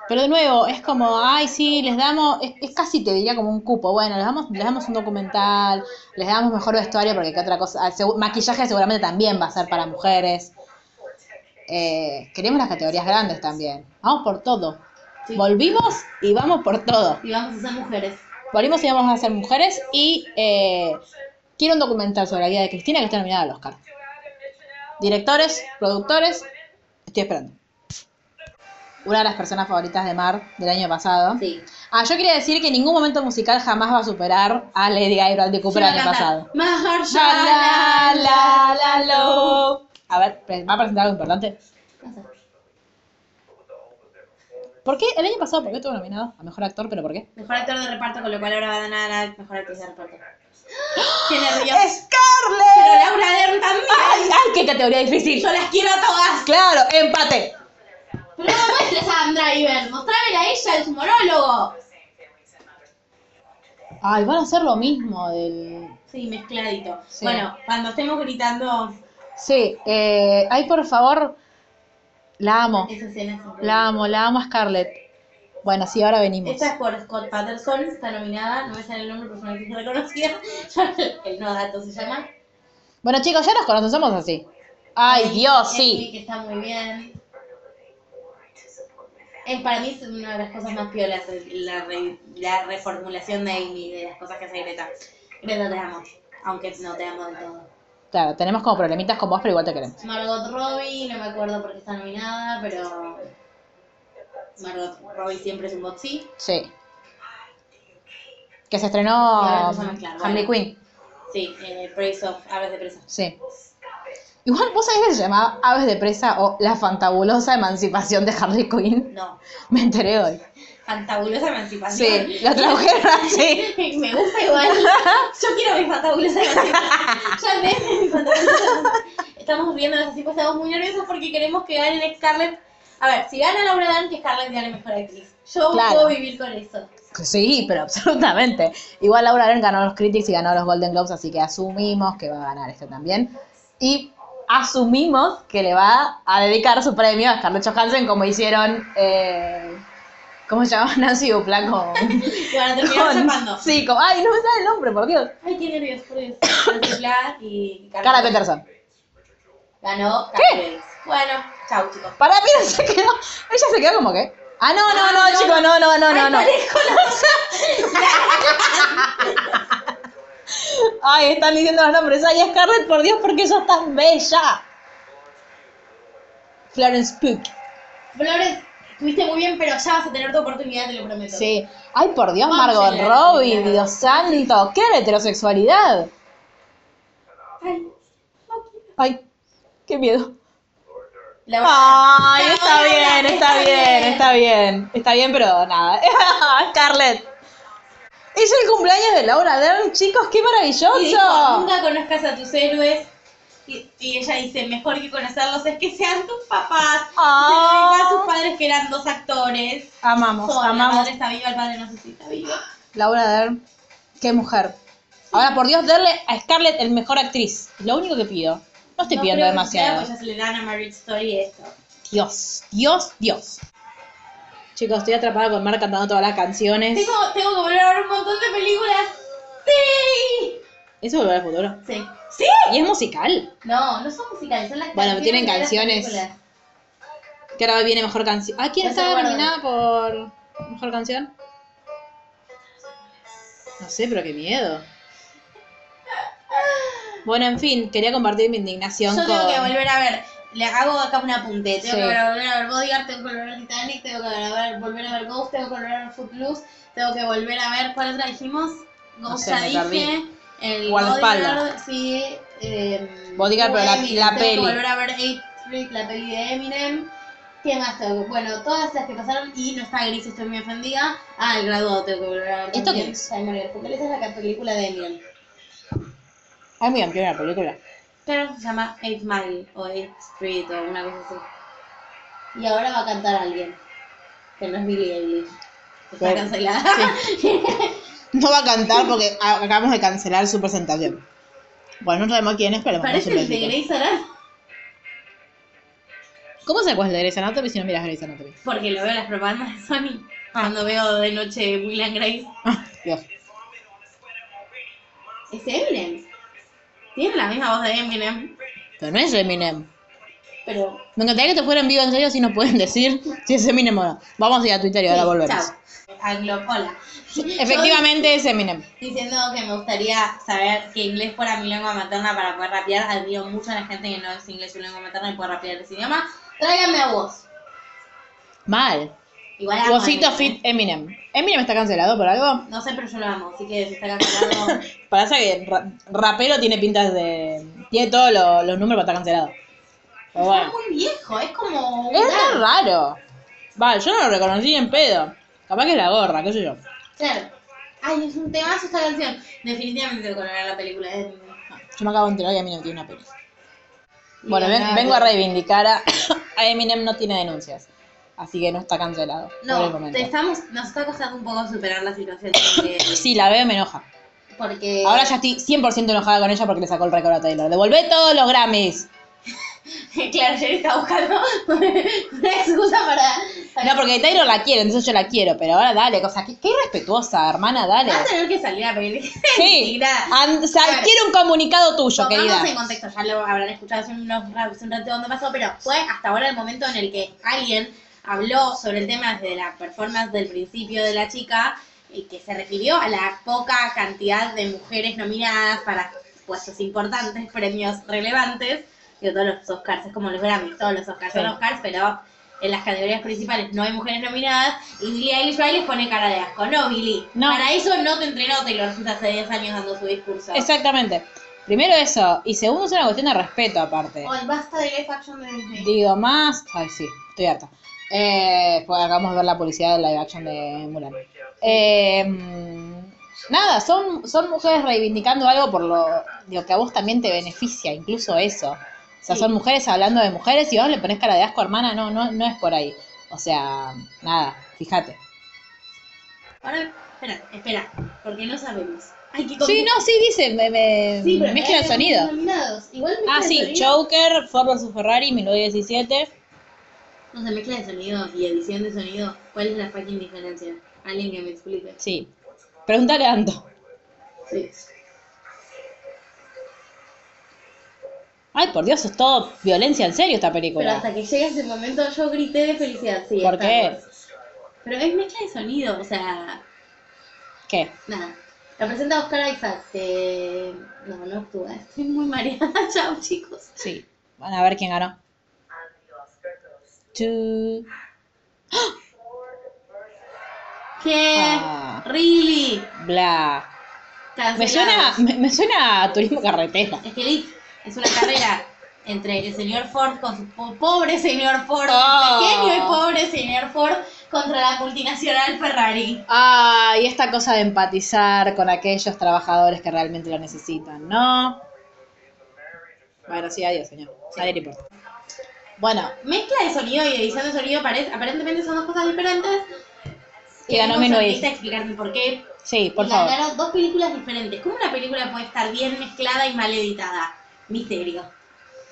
Speaker 1: Pero de nuevo, es como, ay, sí, les damos, es, es casi te diría como un cupo. Bueno, les damos, les damos un documental, les damos mejor vestuario porque qué otra cosa. Ah, segu- maquillaje seguramente también va a ser para mujeres. Eh, queremos las categorías grandes también. Vamos por todo.
Speaker 2: Sí.
Speaker 1: Volvimos y vamos por todo.
Speaker 2: Y vamos a ser mujeres.
Speaker 1: Volvimos y vamos a ser mujeres y eh, quiero un documental sobre la vida de Cristina que está nominada al Oscar. Directores, productores, estoy esperando. Una de las personas favoritas de Mar del año pasado.
Speaker 2: Sí.
Speaker 1: Ah, yo quería decir que ningún momento musical jamás va a superar a Lady Gaga y Bradley Cooper
Speaker 2: Yo
Speaker 1: del año
Speaker 2: voy a cantar,
Speaker 1: pasado.
Speaker 2: Mahershala, la, la, lo.
Speaker 1: A ver, ¿va a presentar algo importante? ¿Por qué? El año pasado, ¿por qué estuvo nominado a Mejor Actor? ¿Pero por qué?
Speaker 3: Mejor actor de reparto, con lo cual ahora va a ganar a mejor actriz de reparto.
Speaker 2: Qué nervios.
Speaker 1: ¡Scarlett!
Speaker 3: Pero Laura Dern también.
Speaker 1: ¡Ay, ay, qué categoría difícil!
Speaker 3: Yo las quiero a todas.
Speaker 1: ¡Claro, empate!
Speaker 2: Pero no me muestres a Adam Driver, mostrámela a ella en su monólogo.
Speaker 1: Ay, van a hacer lo mismo del...
Speaker 3: Sí, mezcladito.
Speaker 1: Sí.
Speaker 3: Bueno, cuando estemos gritando
Speaker 1: Sí, eh, ay, por favor, la amo,
Speaker 3: esas escenas. son
Speaker 1: la amo, la amo a Scarlett. Bueno, sí, ahora venimos.
Speaker 3: Esta es por Scott Patterson, está nominada, no me sale el nombre, pero es una actriz reconocida. el no dato se llama.
Speaker 1: Bueno, chicos, ya nos conocemos así. Ay, eh, Dios, sí.
Speaker 3: Emily, Que está muy bien. Es, para mí es una de las cosas más piolas, el- la, re- la reformulación de Amy, de las cosas que hace Greta. Greta, te amo, aunque no te amo del todo.
Speaker 1: Claro, tenemos como problemitas con vos, pero igual te queremos.
Speaker 3: Margot Robbie, no me acuerdo por qué está nominada, pero Margot Robbie siempre es un bot sí.
Speaker 1: Sí. Que se
Speaker 3: Y ahora
Speaker 1: estrenó um,
Speaker 3: empezó a mezclar,
Speaker 1: Harley
Speaker 3: bueno.
Speaker 1: Quinn.
Speaker 3: Sí, eh, Praise of, Aves de Presa.
Speaker 1: Sí. Igual, ¿vos sabés que se llamaba Aves de Presa o La Fantabulosa Emancipación de Harley Quinn?
Speaker 3: No,
Speaker 1: Me enteré hoy.
Speaker 3: fantabulosa emancipación.
Speaker 1: Sí, la tradujeron así.
Speaker 3: Me gusta igual. Yo quiero mi fantabulosa emancipación. Ya ves, mi fantabulosa emancipación. Estamos viendo así, pues estamos muy nerviosos porque queremos que gane Scarlett. A ver, si gana Laura Dan, que Scarlett gane mejor actriz. Yo
Speaker 1: Claro.
Speaker 3: puedo vivir con eso.
Speaker 1: Sí, pero absolutamente. Igual Laura Dern ganó los Critics y ganó los Golden Globes, así que asumimos que va a ganar este también. Y asumimos que le va a dedicar su premio a Scarlett Johansson, como hicieron, eh, ¿cómo se llama? Nancy Dupla con...
Speaker 3: Y van a terminar
Speaker 1: con-
Speaker 3: chapando.
Speaker 1: sí, como... Ay, no me sale el nombre, por Dios.
Speaker 3: Ay, qué nervios, por Dios. Nancy Black y
Speaker 1: Cara Peterson.
Speaker 3: Ganó
Speaker 1: ¿Qué?
Speaker 3: Carla Davis. Bueno, chau chicos.
Speaker 1: Para mí no se quedó... Ella se quedó como que... Ah, no, no, no, chicos, no, no, no, no, no. Ay, están diciendo los nombres. Ay, Scarlett, por Dios, porque sos tan bella. Florence Pugh.
Speaker 3: Flores, estuviste muy bien, pero ya vas a tener tu oportunidad, te lo prometo.
Speaker 1: Sí. Ay, por Dios,
Speaker 3: Vamos a
Speaker 1: Margot
Speaker 3: leer,
Speaker 1: Robbie,
Speaker 3: claro.
Speaker 1: Dios santo. ¿Qué era heterosexualidad? Ay, qué miedo.
Speaker 3: La voy a-
Speaker 1: Ay,
Speaker 3: Está
Speaker 1: está
Speaker 3: buena,
Speaker 1: bien, está
Speaker 3: está
Speaker 1: bien,
Speaker 3: bien.
Speaker 1: está bien. Está bien, pero nada. Scarlett. Es el cumpleaños de Laura Dern, chicos, qué
Speaker 3: Y dijo,
Speaker 1: maravilloso.
Speaker 3: nunca conozcas a tus héroes. Y, y ella dice, mejor que conocerlos es que sean tus papás.
Speaker 1: Ah.
Speaker 3: Se lo dijo a sus padres que eran dos actores.
Speaker 1: Amamos,
Speaker 3: Joder, La
Speaker 1: amamos.
Speaker 3: madre está viva, el padre no sé si está vivo.
Speaker 1: Laura Dern, qué mujer. Ahora, por Dios, darle a Scarlett el mejor actriz. Es Lo único que pido. No estoy
Speaker 3: No
Speaker 1: pidiendo
Speaker 3: creo que sea,
Speaker 1: demasiado.
Speaker 3: Pues ya se le dan a Marriage Story esto.
Speaker 1: Dios, Dios, Dios. pues, Chicos, estoy atrapada con Mar cantando todas las canciones.
Speaker 3: Tengo, tengo que volver a ver un montón de películas. ¡Sí!
Speaker 1: Eso es volver al futuro.
Speaker 3: Sí.
Speaker 1: Y es musical.
Speaker 3: No, no son musicales, son las
Speaker 1: Bueno,
Speaker 3: canciones
Speaker 1: tienen
Speaker 3: de las
Speaker 1: canciones.
Speaker 3: películas.
Speaker 1: Que ahora viene mejor canción. Ah, ¿quién
Speaker 3: No se
Speaker 1: está
Speaker 3: acuerdan.
Speaker 1: nominada por mejor canción? No sé, pero qué miedo. Bueno, en fin, quería compartir mi indignación
Speaker 3: Yo tengo
Speaker 1: con.
Speaker 3: que volver a ver, le hago acá un apunte, tengo
Speaker 1: Sí.
Speaker 3: que volver a ver Bodyguard, tengo que volver a ver Titanic, tengo que volver a ver, volver a ver Ghost, tengo que volver a ver Footloose, tengo que volver a ver, ¿cuál otra dijimos?
Speaker 1: No
Speaker 3: Ghost
Speaker 1: sé,
Speaker 3: ya
Speaker 1: me
Speaker 3: dije,
Speaker 1: perdí.
Speaker 3: el
Speaker 1: Guardaespaldas.
Speaker 3: Bodyguard, sí, eh,
Speaker 1: Bodyguard, pero la-
Speaker 3: Eminem,
Speaker 1: la
Speaker 3: tengo
Speaker 1: peli.
Speaker 3: que volver a ver Eighth Street, la peli de Eminem, ¿qué más tengo? que- Bueno, todas las que pasaron, y no está Gris, estoy muy ofendida, ah, El Graduado tengo que volver a ver
Speaker 1: ¿Esto
Speaker 3: también.
Speaker 1: qué es?
Speaker 3: Ay, María, porque esa es la película de Eminem.
Speaker 1: Ay, muy amplia la película.
Speaker 3: Pero se llama 8 Mile o 8 Street o una cosa así. Y ahora va a cantar alguien. Que no es Billie Eilish. Está
Speaker 1: Pero-
Speaker 3: cancelada.
Speaker 1: No va a cantar porque a- acabamos de cancelar su presentación. Bueno, no sabemos quién es, pero le mandamos
Speaker 3: Parece
Speaker 1: un
Speaker 3: el de
Speaker 1: besito.
Speaker 3: Grey's Anatomy.
Speaker 1: ¿Cómo se cuál es el de Grey's Anatomy si no miras Grey's Anatomy?
Speaker 3: Porque lo veo en las propagandas de Sony. Cuando veo de noche Will and Grace.
Speaker 1: Ah, Dios.
Speaker 3: Es Eminem. Tiene la misma voz de Eminem.
Speaker 1: Pero no es Eminem.
Speaker 3: pero
Speaker 1: Me encantaría que te fueran vivo en serio si nos pueden decir si es Eminem o no. Vamos a ir a Twitter y ahora
Speaker 3: Sí,
Speaker 1: volvemos.
Speaker 3: chao. Anglo, hola.
Speaker 1: Efectivamente es Eminem.
Speaker 3: Yo diciendo que me gustaría saber que inglés fuera mi lengua materna para poder rapear. Admiro mucho a la gente que no es inglés su lengua materna y puede rapear ese idioma. Tráigame a vos.
Speaker 1: Mal.
Speaker 3: Igual amo a
Speaker 1: Vosito
Speaker 3: Eminem.
Speaker 1: fit Eminem. Eminem está cancelado por algo.
Speaker 3: No sé, pero yo lo amo, así que si está cancelado.
Speaker 1: Parece que ra- rapero tiene pintas de... Tiene todos lo- los números para estar cancelado. Pero
Speaker 3: es
Speaker 1: bueno.
Speaker 3: muy viejo, es como. un
Speaker 1: Es
Speaker 3: árbol.
Speaker 1: re raro. Vale, yo no lo reconocí en pedo. Capaz que es la gorra, qué sé yo.
Speaker 3: Claro. Ay, es un temazo esta canción. Definitivamente colorear la película de Eminem.
Speaker 1: Yo me acabo de enterar que Eminem tiene una peli. Bueno,
Speaker 3: Mira,
Speaker 1: ven-
Speaker 3: nada,
Speaker 1: vengo a
Speaker 3: bueno.
Speaker 1: reivindicar a... a Eminem no tiene denuncias. Así que no está cancelado. por el
Speaker 3: No,
Speaker 1: momento.
Speaker 3: te estamos, nos está costando un poco superar la situación de-
Speaker 1: Sí, la veo y me enoja.
Speaker 3: porque
Speaker 1: Ahora ya estoy 100% enojada con ella porque le sacó el récord a Taylor. Devolvé todos los Grammys.
Speaker 3: claro, Jerry está buscando una excusa para
Speaker 1: No, porque Taylor la quiere, entonces yo la quiero. Pero ahora dale, cosa. Qué, qué irrespetuosa, hermana, dale.
Speaker 3: Va a tener que salir a pedir
Speaker 1: Sí. And- o sea, quiero un comunicado tuyo, querida.
Speaker 3: Pongamos en contexto, ya lo habrán escuchado hace, unos, ra- hace un rato donde pasó, pero fue hasta ahora el momento en el que alguien habló sobre el tema de la performance del principio de la chica y que se refirió a la poca cantidad de mujeres nominadas para puestos importantes, premios relevantes, que todos los Oscars, es como los Grammys, todos los Oscars son
Speaker 1: Sí.
Speaker 3: Oscars, pero en las categorías principales no hay mujeres nominadas y Billie Eilish va y les pone cara de asco. No, Billie,
Speaker 1: No.
Speaker 3: para eso no te entrenó Taylor Swift hace 10 años dando su discurso.
Speaker 1: Exactamente. Primero eso. Y segundo es una cuestión de respeto aparte.
Speaker 3: Ay, basta de live action de Disney.
Speaker 1: Digo más. Ay, sí, estoy harta. Eh, pues acabamos de ver la publicidad de live action de Mulan. Eh, mm, nada, son, son mujeres reivindicando algo por lo digo, que a vos también te beneficia, incluso eso. O sea, son mujeres hablando de mujeres y vos le pones cara de asco, hermana, no, no, no es por ahí. O sea, nada, fíjate.
Speaker 3: Ahora, espera, espera, porque no sabemos. Hay que
Speaker 1: Sí, no, sí, dice, me, me-
Speaker 3: Sí, pero
Speaker 1: mezcla el
Speaker 3: hay
Speaker 1: sonido.
Speaker 3: Nominados. Igual mezcla
Speaker 1: Ah,
Speaker 3: de
Speaker 1: sí,
Speaker 3: sonido.
Speaker 1: Joker, Ford vs Ferrari, 1917.
Speaker 3: No se mezcla de sonido y edición de sonido. ¿Cuál es la fucking diferencia? Alguien que me explique.
Speaker 1: Sí. Pregúntale a Anto.
Speaker 3: Sí.
Speaker 1: Ay, por Dios, es todo violencia en serio esta
Speaker 3: Pero
Speaker 1: película.
Speaker 3: hasta que llegue ese momento yo grité de felicidad. Sí,
Speaker 1: ¿Por
Speaker 3: Star
Speaker 1: qué?
Speaker 3: Wars. Pero es mezcla de sonido, o sea,
Speaker 1: ¿Qué?
Speaker 3: nada. La presenta Oscar Isaac, que... No, no actúa, estoy muy mareada. Chao, chicos.
Speaker 1: Sí. Van a ver quién ganó. Chu.
Speaker 3: ¿Qué?
Speaker 1: Ah.
Speaker 3: Really?
Speaker 1: Bla. Me
Speaker 3: Cancelados.
Speaker 1: suena, me, me suena a turismo carretera.
Speaker 3: Es que Liz, es una carrera entre el señor Ford con su po- pobre señor Ford,
Speaker 1: Oh.
Speaker 3: pequeño y pobre señor Ford, contra la multinacional Ferrari.
Speaker 1: Ah, y esta cosa de empatizar con aquellos trabajadores que realmente lo necesitan, ¿no? Bueno, sí, adiós, señor. A nadie le importa. Bueno,
Speaker 3: Mezcla de sonido y edición de sonido pare- aparentemente son dos cosas diferentes.
Speaker 1: Y ganó
Speaker 3: Tenemos a
Speaker 1: Minuit.
Speaker 3: Lisa explicarme por qué.
Speaker 1: sí, por
Speaker 3: Y
Speaker 1: favor.
Speaker 3: Ganaron dos películas diferentes. ¿Cómo una película puede estar bien mezclada y mal editada? Misterio.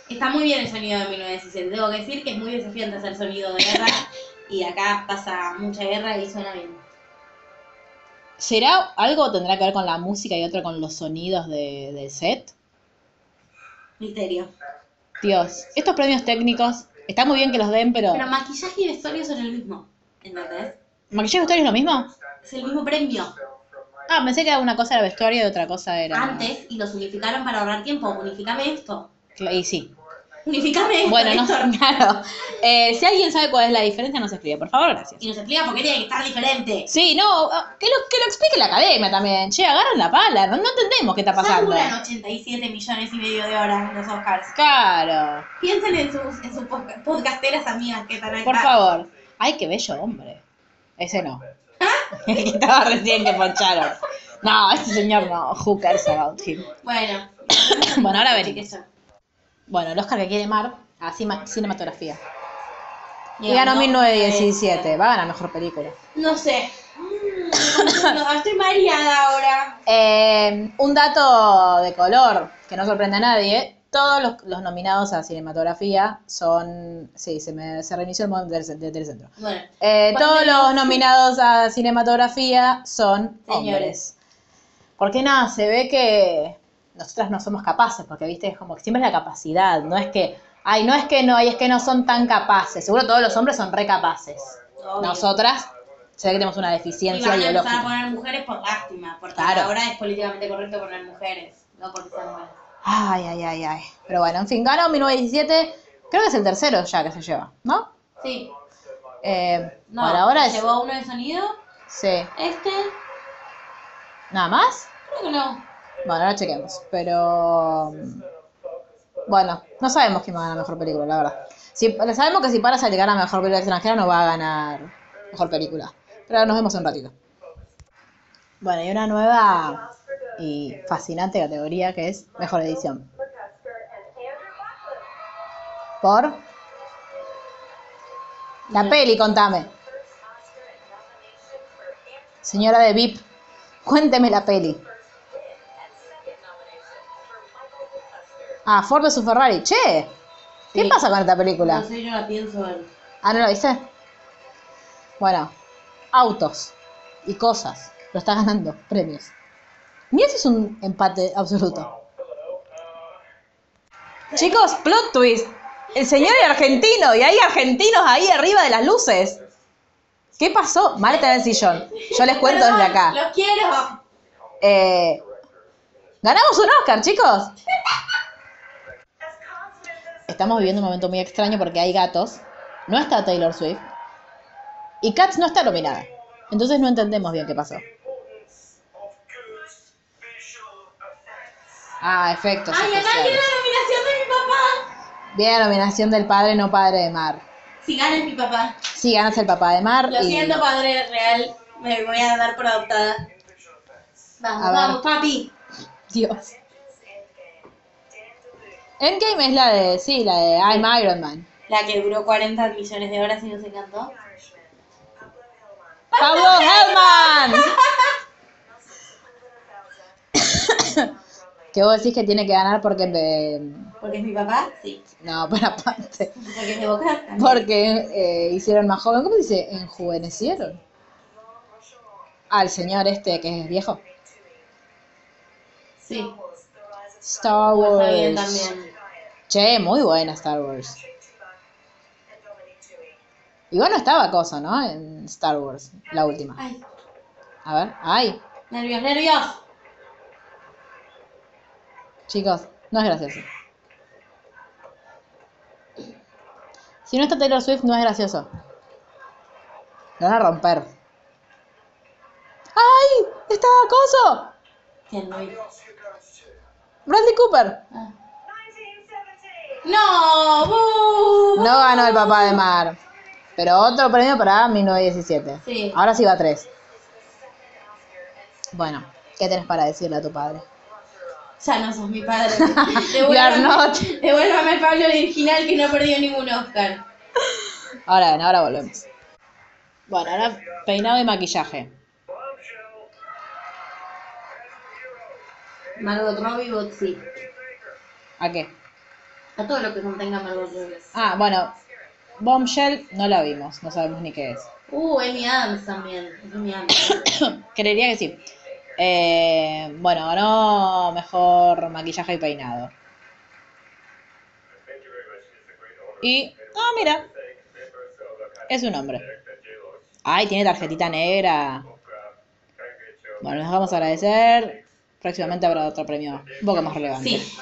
Speaker 3: Está muy bien el sonido de 1917. Debo decir que es muy desafiante hacer sonido de guerra. y acá pasa mucha guerra y suena bien.
Speaker 1: ¿Será algo tendrá que ver con la música y otro con los sonidos de, del set?
Speaker 3: Misterio.
Speaker 1: Dios, estos premios técnicos, está muy bien que los den, pero...
Speaker 3: Pero maquillaje y vestuario son el mismo. ¿Entendés?
Speaker 1: ¿Maquillaje y vestuario es lo mismo?
Speaker 3: Es el mismo premio.
Speaker 1: Ah, pensé que una cosa era vestuario y otra cosa era...
Speaker 3: Antes, y los unificaron para ahorrar tiempo. Unificame esto.
Speaker 1: Cla- Y sí.
Speaker 3: Unificame esto.
Speaker 1: Bueno, no,
Speaker 3: Néstor.
Speaker 1: claro. Eh, si alguien sabe cuál es la diferencia, nos escribe, por favor, gracias.
Speaker 3: Y nos explica por qué tiene que estar diferente.
Speaker 1: Sí, no, ah, que lo, que lo explique la academia también. Che, agarran la pala, no, no entendemos qué está pasando.
Speaker 3: Duran 87 millones y medio de horas los Oscars.
Speaker 1: Claro,
Speaker 3: Piensen en sus, en sus podca- podcasteras amigas que están acá.
Speaker 1: por favor. Ay, qué bello hombre. Ese no.
Speaker 3: ¿Ah?
Speaker 1: El que estaba recién que poncharon. No, ese señor no. Who cares about him?
Speaker 3: Bueno.
Speaker 1: Bueno, ahora
Speaker 3: Así que
Speaker 1: venimos.
Speaker 3: eso.
Speaker 1: Bueno, el Oscar que quiere Mar a cima- cinematografía. eh, Y
Speaker 3: Digamos,
Speaker 1: ganó
Speaker 3: no,
Speaker 1: 1917. Va a ganar mejor película.
Speaker 3: No sé. Mm, no, estoy mareada ahora.
Speaker 1: Eh, un dato de color que no sorprende a nadie. Todos los, los nominados a cinematografía son. Sí, se me se reinició el modo de, de Telecentro.
Speaker 3: Bueno.
Speaker 1: Eh,
Speaker 3: Cuando
Speaker 1: todos
Speaker 3: los-
Speaker 1: los nominados a cinematografía son hombres.
Speaker 3: Señores.
Speaker 1: Porque nada, se ve que nosotras no somos capaces, porque viste, es como que siempre es la capacidad, no es que Ay, no es que no, y es que no son tan capaces. Seguro todos los hombres son re capaces. Nosotras, se ve que tenemos una
Speaker 3: Y
Speaker 1: deficiencia
Speaker 3: van a empezar a
Speaker 1: biológica.
Speaker 3: poner mujeres por lástima, porque
Speaker 1: Claro.
Speaker 3: ahora es políticamente correcto poner mujeres, no porque sean buenas.
Speaker 1: Ay, ay, ay, ay. Pero bueno, en fin, ganó 1917. Creo que es el tercero ya que se lleva, ¿no?
Speaker 3: Sí,
Speaker 1: Eh,
Speaker 3: no,
Speaker 1: por ahora es.
Speaker 3: llevó uno de sonido,
Speaker 1: Sí.
Speaker 3: este,
Speaker 1: ¿Nada más?
Speaker 3: creo que no.
Speaker 1: Bueno, ahora chequemos. Pero. mm, Bueno, no sabemos quién va a ganar mejor película, la verdad. Si, sabemos que si paras a llegar a mejor película extranjera no va a ganar mejor película. Pero ahora nos vemos en un ratito. Bueno, y una nueva y fascinante categoría que es mejor edición. Por. La peli, contame. Señora de VIP, cuénteme la peli. Ah, Ford vs Ferrari. Che, ¿qué
Speaker 3: Sí.
Speaker 1: pasa con esta película?
Speaker 3: No sé, yo la pienso ver.
Speaker 1: Ah, ¿no lo viste? Bueno, autos y cosas. Lo está ganando, premios. Ni eso es un empate absoluto. Chicos, plot twist. El señor es argentino y hay argentinos ahí arriba de las luces. ¿Qué pasó? Mal está en el sillón. Yo les cuento desde acá.
Speaker 3: ¡Los quiero!
Speaker 1: Eh, ganamos un Oscar, chicos. Estamos viviendo un momento muy extraño porque hay gatos. No está Taylor Swift. Y Cats no está nominada. Entonces no entendemos bien qué pasó. Ah, efectos.
Speaker 3: ¡Ay, acá
Speaker 1: especiales.
Speaker 3: viene la nominación de mi papá!
Speaker 1: Bien, la nominación del padre no padre de Mar.
Speaker 3: Si gana es mi papá.
Speaker 1: Sí, ganas el papá de Mar.
Speaker 3: Lo
Speaker 1: y-
Speaker 3: siento, padre real, me voy a dar por adoptada. Vamos,
Speaker 1: A ver.
Speaker 3: vamos, papi.
Speaker 1: Dios. Endgame es la de, sí, la de I'm Iron Man.
Speaker 3: La que duró 40 millones de horas y nos encantó.
Speaker 1: Pablo Hellman. que vos decís que tiene que ganar porque me-
Speaker 3: Porque es mi papá, sí.
Speaker 1: no, pero aparte,
Speaker 3: Porque es de boca. también.
Speaker 1: porque eh, hicieron más joven, ¿cómo se dice? Enjuvenecieron. Al señor este que es viejo.
Speaker 3: Sí.
Speaker 1: Star
Speaker 3: Pues Está bien
Speaker 1: Wars.
Speaker 3: también.
Speaker 1: Che, muy buena Star Wars. Igual no estaba cosa, ¿no? En Star Wars, la última.
Speaker 3: Ay,
Speaker 1: A ver, ay,
Speaker 3: nervios, nervios.
Speaker 1: Chicos, no es gracioso. Si no está Taylor Swift, no es gracioso. Lo van a romper. ¡Ay! ¡Está acoso!
Speaker 3: Que no hay-
Speaker 1: ¡Bradley Cooper!
Speaker 3: No, bu.
Speaker 1: No ganó el papá de Mar. Pero otro premio para 1917.
Speaker 3: Sí.
Speaker 1: Ahora sí va a tres. Bueno, ¿qué tenés para decirle a tu padre?
Speaker 3: Ya no sos mi padre.
Speaker 1: You are not.
Speaker 3: devuélvame al Pablo original que no perdió ningún Oscar.
Speaker 1: Ahora ven, ahora volvemos. Bueno, ahora peinado y maquillaje.
Speaker 3: Margot Robbie, Boxy.
Speaker 1: ¿A qué?
Speaker 3: A todo lo que contenga Margot Robbie.
Speaker 1: Ah, bueno, Bombshell no la vimos, no sabemos ni qué es.
Speaker 3: Uh, Amy Adams también. Es Amy Adams.
Speaker 1: Creería que sí. Eh, bueno, ganó mejor maquillaje y peinado. Y, ah, mira, es un hombre. Ay, tiene tarjetita negra. Bueno, les vamos a agradecer. Próximamente habrá otro premio un poco más relevante.
Speaker 3: Sí.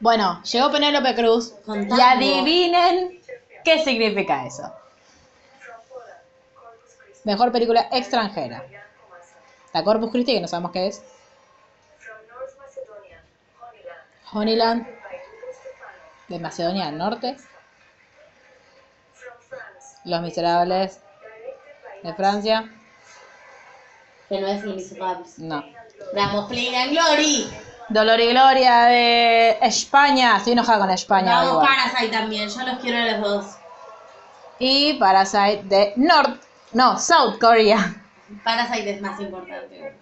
Speaker 1: Bueno, llegó Penélope Cruz.
Speaker 3: Con
Speaker 1: Y
Speaker 3: tango.
Speaker 1: adivinen qué significa eso. Mejor película extranjera. La Corpus Christi, que no sabemos qué es. Honeyland. De Macedonia del Norte. Los Miserables. De Francia.
Speaker 3: Que no es los miserables.
Speaker 1: No.
Speaker 3: Vamos, Plain and Glory.
Speaker 1: Dolor y Gloria de España. Estoy enojada con España.
Speaker 3: Vamos,
Speaker 1: igual.
Speaker 3: Parasite también. Yo los quiero a los dos.
Speaker 1: Y Parasite de North. No, South Korea.
Speaker 3: Parasite es más importante.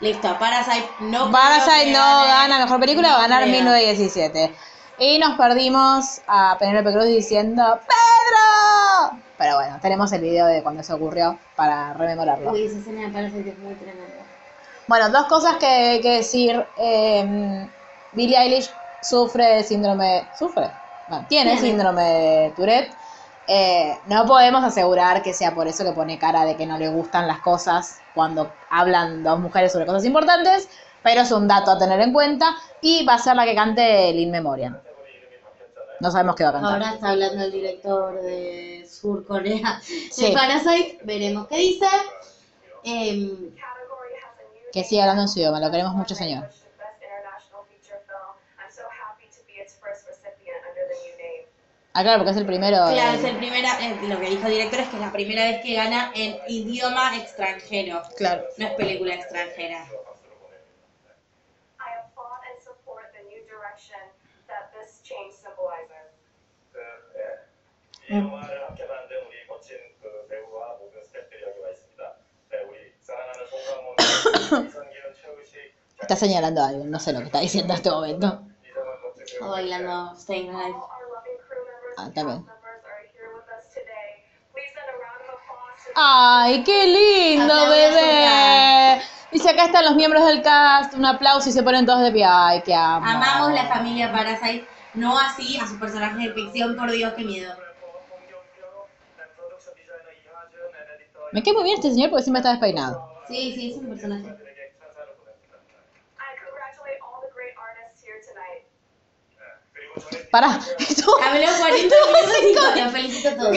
Speaker 3: Listo, Parasite no.
Speaker 1: Parasite
Speaker 3: creo que
Speaker 1: no
Speaker 3: gane.
Speaker 1: gana mejor película, va a ganar
Speaker 3: creo.
Speaker 1: 1917. Y nos perdimos a Penélope Cruz diciendo ¡Pedro! Pero bueno, tenemos el video de cuando eso ocurrió para rememorarlo.
Speaker 3: Uy, esa escena de Parasite es muy tremenda.
Speaker 1: Bueno, dos cosas que, que decir. eh, Billie Eilish sufre de síndrome, sufre, bueno, tiene
Speaker 2: Tiene.
Speaker 1: síndrome de Tourette. Eh, no podemos asegurar que sea por eso que pone cara de que no le gustan las cosas cuando hablan dos mujeres sobre cosas importantes, pero es un dato a tener en cuenta y va a ser la que cante el In Memoriam. No sabemos qué va a cantar.
Speaker 3: Ahora está hablando el director de Sur Corea
Speaker 1: Sí.
Speaker 3: de Parasite. Veremos qué dice. Em,
Speaker 1: Que siga hablando en su idioma, lo queremos mucho, señor.
Speaker 5: Best International Feature Film. I'm so happy to be its first recipient under the new name.
Speaker 1: Ah, claro, porque es el primero.
Speaker 3: claro,
Speaker 1: eh,
Speaker 3: es el primera, eh, lo que dijo el director es que es la primera vez que gana en idioma extranjero.
Speaker 1: Claro.
Speaker 3: No es película extranjera.
Speaker 5: I applaud and support the new direction that this change symbolizes.
Speaker 4: 이 영화를 함께 만든 우리 멋진 그 배우와 모든 스태프들이 여기 와 있습니다. 네, 우리 사랑하는 송강호, 이선기훈, 최우식,
Speaker 1: Está señalando a alguien, no sé lo que está diciendo en este momento.
Speaker 4: 이정은 멋진 배우.
Speaker 3: O bailando Staying Alive.
Speaker 5: All our loving crew members
Speaker 1: Ah,
Speaker 5: and
Speaker 1: está
Speaker 5: cast
Speaker 1: bien.
Speaker 5: members are here with us today. Please send a round of applause to
Speaker 1: ¡Ay, qué lindo,
Speaker 3: Aplausos,
Speaker 1: bebé! Dice, acá están los miembros del cast, un aplauso y se ponen todos de pie. ¡Ay, qué amo!
Speaker 3: Amamos la familia Parasite, no así a su personaje de ficción, por Dios, qué miedo.
Speaker 1: Me cae muy bien este señor porque siempre está despeinado.
Speaker 3: Sí, sí, es un personaje.
Speaker 5: I congratulate all the great artists here tonight.
Speaker 4: 그리고 전에
Speaker 1: Pará, esto...
Speaker 3: Habló 40 minutos y dijo, "Los felicito a todos.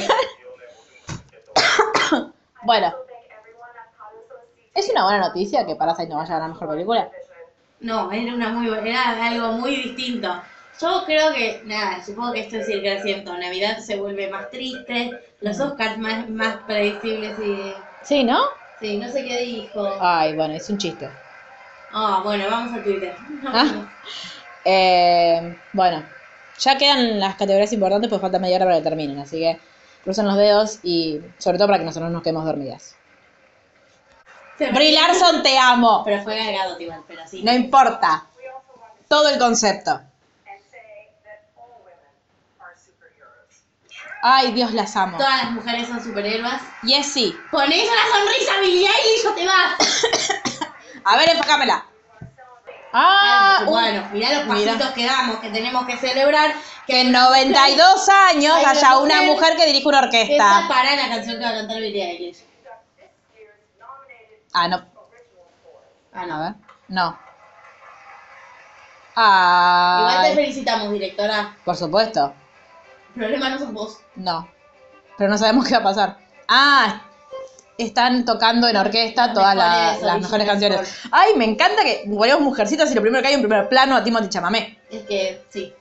Speaker 1: Bueno,
Speaker 5: So thank everyone at Palazzo CG
Speaker 1: es una buena noticia que Parasite no vaya a la mejor película.
Speaker 5: Vision.
Speaker 3: No, era una muy bu- era algo muy distinto. Yo creo que, nada, supongo que esto es el creciendo. Navidad se vuelve más triste, los Oscars más, más predecibles y.
Speaker 1: ¿Sí, no?
Speaker 3: Sí, no sé qué dijo. Ah,
Speaker 1: Ay, bueno, es un chiste.
Speaker 3: bueno, vamos a Twitter.
Speaker 1: Ah. Eh, bueno, ya quedan las categorías importantes, pues falta media hora para que terminen, así que cruzan los dedos y sobre todo para que nosotros nos quedemos dormidas. Brie Larson, te amo.
Speaker 3: Pero fue cargado, igual, pero sí.
Speaker 1: No importa. Todo el concepto. Ay, Dios, las amo.
Speaker 3: Todas las mujeres son superhéroes.
Speaker 1: Jessie,
Speaker 3: Ponéis una sonrisa, Billie Eilish, o te vas.
Speaker 1: a ver, enfocámela. Ah, un-
Speaker 3: bueno, mirá los
Speaker 1: Mirá.
Speaker 3: pasitos que damos, que tenemos que celebrar.
Speaker 1: que en 92 años
Speaker 3: Hay una
Speaker 1: haya una
Speaker 3: mujer
Speaker 1: mujer que dirige una
Speaker 3: Que está
Speaker 1: orquesta.
Speaker 3: parada la canción que va a cantar Billie Eilish.
Speaker 1: Ah, no.
Speaker 3: Ah,
Speaker 1: A
Speaker 3: no.
Speaker 1: ver, no. Ah,
Speaker 3: Igual te felicitamos, directora.
Speaker 1: por supuesto.
Speaker 3: El problema no sos vos.
Speaker 1: No. Pero no sabemos qué va a pasar. Ah, están tocando en orquesta
Speaker 3: Las
Speaker 1: todas la-
Speaker 3: mejores
Speaker 1: las mejores
Speaker 3: originales
Speaker 1: canciones. Ay, me encanta que volvemos mujercitas y lo primero que hay en primer plano a Timothy Chamamé.
Speaker 3: Es que sí.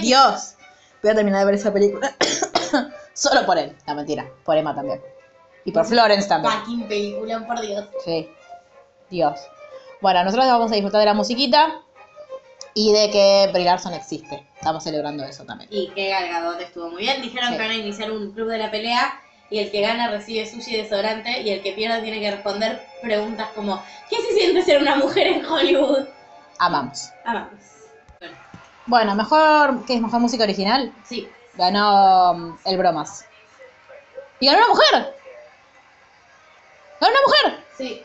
Speaker 1: Dios. Voy a terminar de ver esa película. Solo por él. La mentira. Por Emma también. Y por Florence también.
Speaker 3: Fucking película, por Dios.
Speaker 1: Sí. Dios. Bueno, nosotros vamos a disfrutar de la musiquita y de que Brie Larson existe. Estamos celebrando eso también.
Speaker 3: Y qué galgador estuvo muy bien. Dijeron
Speaker 1: Sí.
Speaker 3: que van a iniciar un club de la pelea y el que gana recibe sushi y desodorante y el que pierda tiene que responder preguntas como ¿Qué se siente ser una mujer en Hollywood?
Speaker 1: Amamos.
Speaker 3: Ah, vamos.
Speaker 1: Bueno, mejor. ¿Qué es mejor música original?
Speaker 3: Sí.
Speaker 1: ganó mm, el bromas. Y ganó una mujer. Ganó una mujer.
Speaker 3: Sí.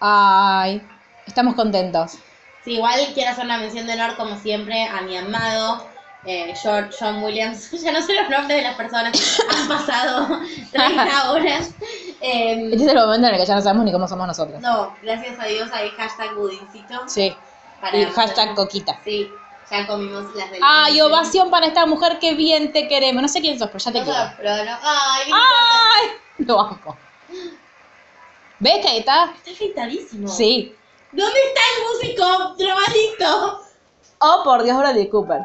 Speaker 1: Ay, estamos contentos.
Speaker 3: Sí, igual quiero hacer una mención de honor, como siempre, a mi amado eh, George John Williams. ya no sé los nombres de las personas. Han pasado 30 horas. Em,
Speaker 1: Este es el momento en el que ya no sabemos ni cómo somos nosotros.
Speaker 3: no, gracias a Dios hay hashtag budincito.
Speaker 1: Sí.
Speaker 3: para
Speaker 1: Y hashtag coquita.
Speaker 3: Sí, ya comimos las del.
Speaker 1: Ay, ovación para esta mujer, qué bien te queremos. No sé quién sos, pero ya te
Speaker 3: No,
Speaker 1: quiero.
Speaker 3: pero no. Ay, no importa.
Speaker 1: Ay, lo amo. ¿Ves que está?
Speaker 3: Está afeitadísimo.
Speaker 1: Sí.
Speaker 3: ¿Dónde está el músico drogadicto?
Speaker 1: Oh, por Dios, Bradley Cooper.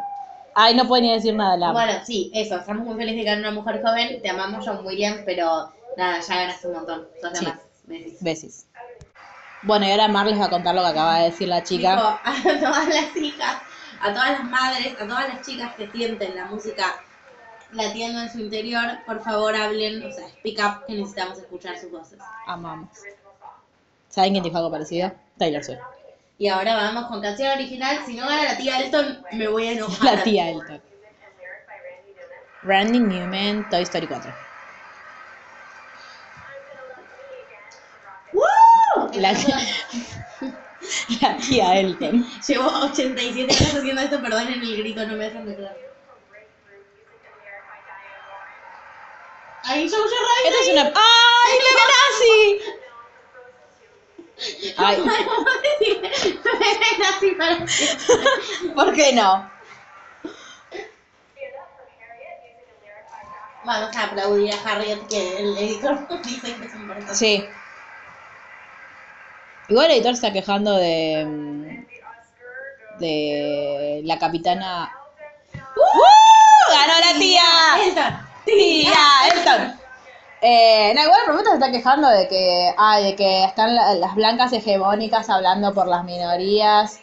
Speaker 1: Ay, no puedo ni decir nada, la amo.
Speaker 3: Bueno, sí, eso. Estamos muy felices de que era una mujer joven. Te amamos, John Williams, pero nada, ya ganaste un montón. Sos
Speaker 1: Sí.
Speaker 3: demás. Besis.
Speaker 1: Besis. Bueno, y ahora Mar les va a contar lo que acaba de decir la chica.
Speaker 3: Dijo a todas las hijas, a todas las madres, a todas las chicas que sienten la música latiendo en su interior, por favor hablen, o sea, speak up, que necesitamos escuchar sus voces.
Speaker 1: Amamos. ¿Saben quién dijo algo parecido? Taylor Swift.
Speaker 3: Y ahora vamos con canción original. Si no gana la tía Elton, me voy a enojar.
Speaker 1: La tía Elton. Randy Newman, Toy Story 4.
Speaker 3: ¡Woo!
Speaker 1: La-
Speaker 3: Esas son-
Speaker 1: La tía Elton.
Speaker 3: Llevo 87 años haciendo esto, perdón en el grito, no me dejan de claro. Ahí yo, yo
Speaker 1: Esta es una. ¡Ay, la nazi! Ay,
Speaker 3: Así para...
Speaker 1: ¿por qué no?
Speaker 3: Vamos a aplaudir a Harriet que el editor dice que es importante.
Speaker 1: Sí. Igual el editor se está quejando de. mm, de la capitana. ¡Uh! ¡Ganó la tía!
Speaker 3: Elton.
Speaker 1: ¡Tía Elton! Eh, no, igual el profeta se está quejando de que, ay, de que están la- las blancas hegemónicas hablando por las minorías.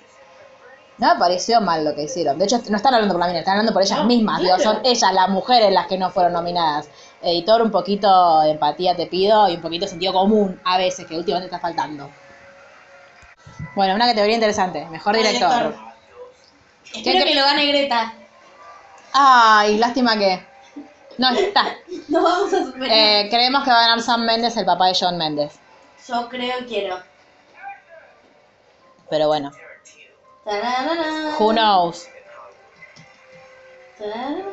Speaker 1: No me pareció mal lo que hicieron. De hecho, no están hablando por la minoría, están hablando por ellas mismas. Digo, son ellas, las mujeres, las que no fueron nominadas. Editor, un poquito de empatía te pido y un poquito de sentido común a veces, que últimamente está faltando. Bueno, una categoría interesante. Mejor
Speaker 3: Mejor
Speaker 1: director.
Speaker 3: director. Espero
Speaker 1: ¿Qué-
Speaker 3: que lo gane Greta.
Speaker 1: Eh. Ay, lástima que... No está.
Speaker 3: Nos vamos a superar.
Speaker 1: Eh, creemos que va a ganar Sam Méndez, el papá de John Méndez.
Speaker 3: Yo creo y quiero.
Speaker 1: Pero bueno,
Speaker 3: Tararara.
Speaker 1: who knows.
Speaker 3: Tararara.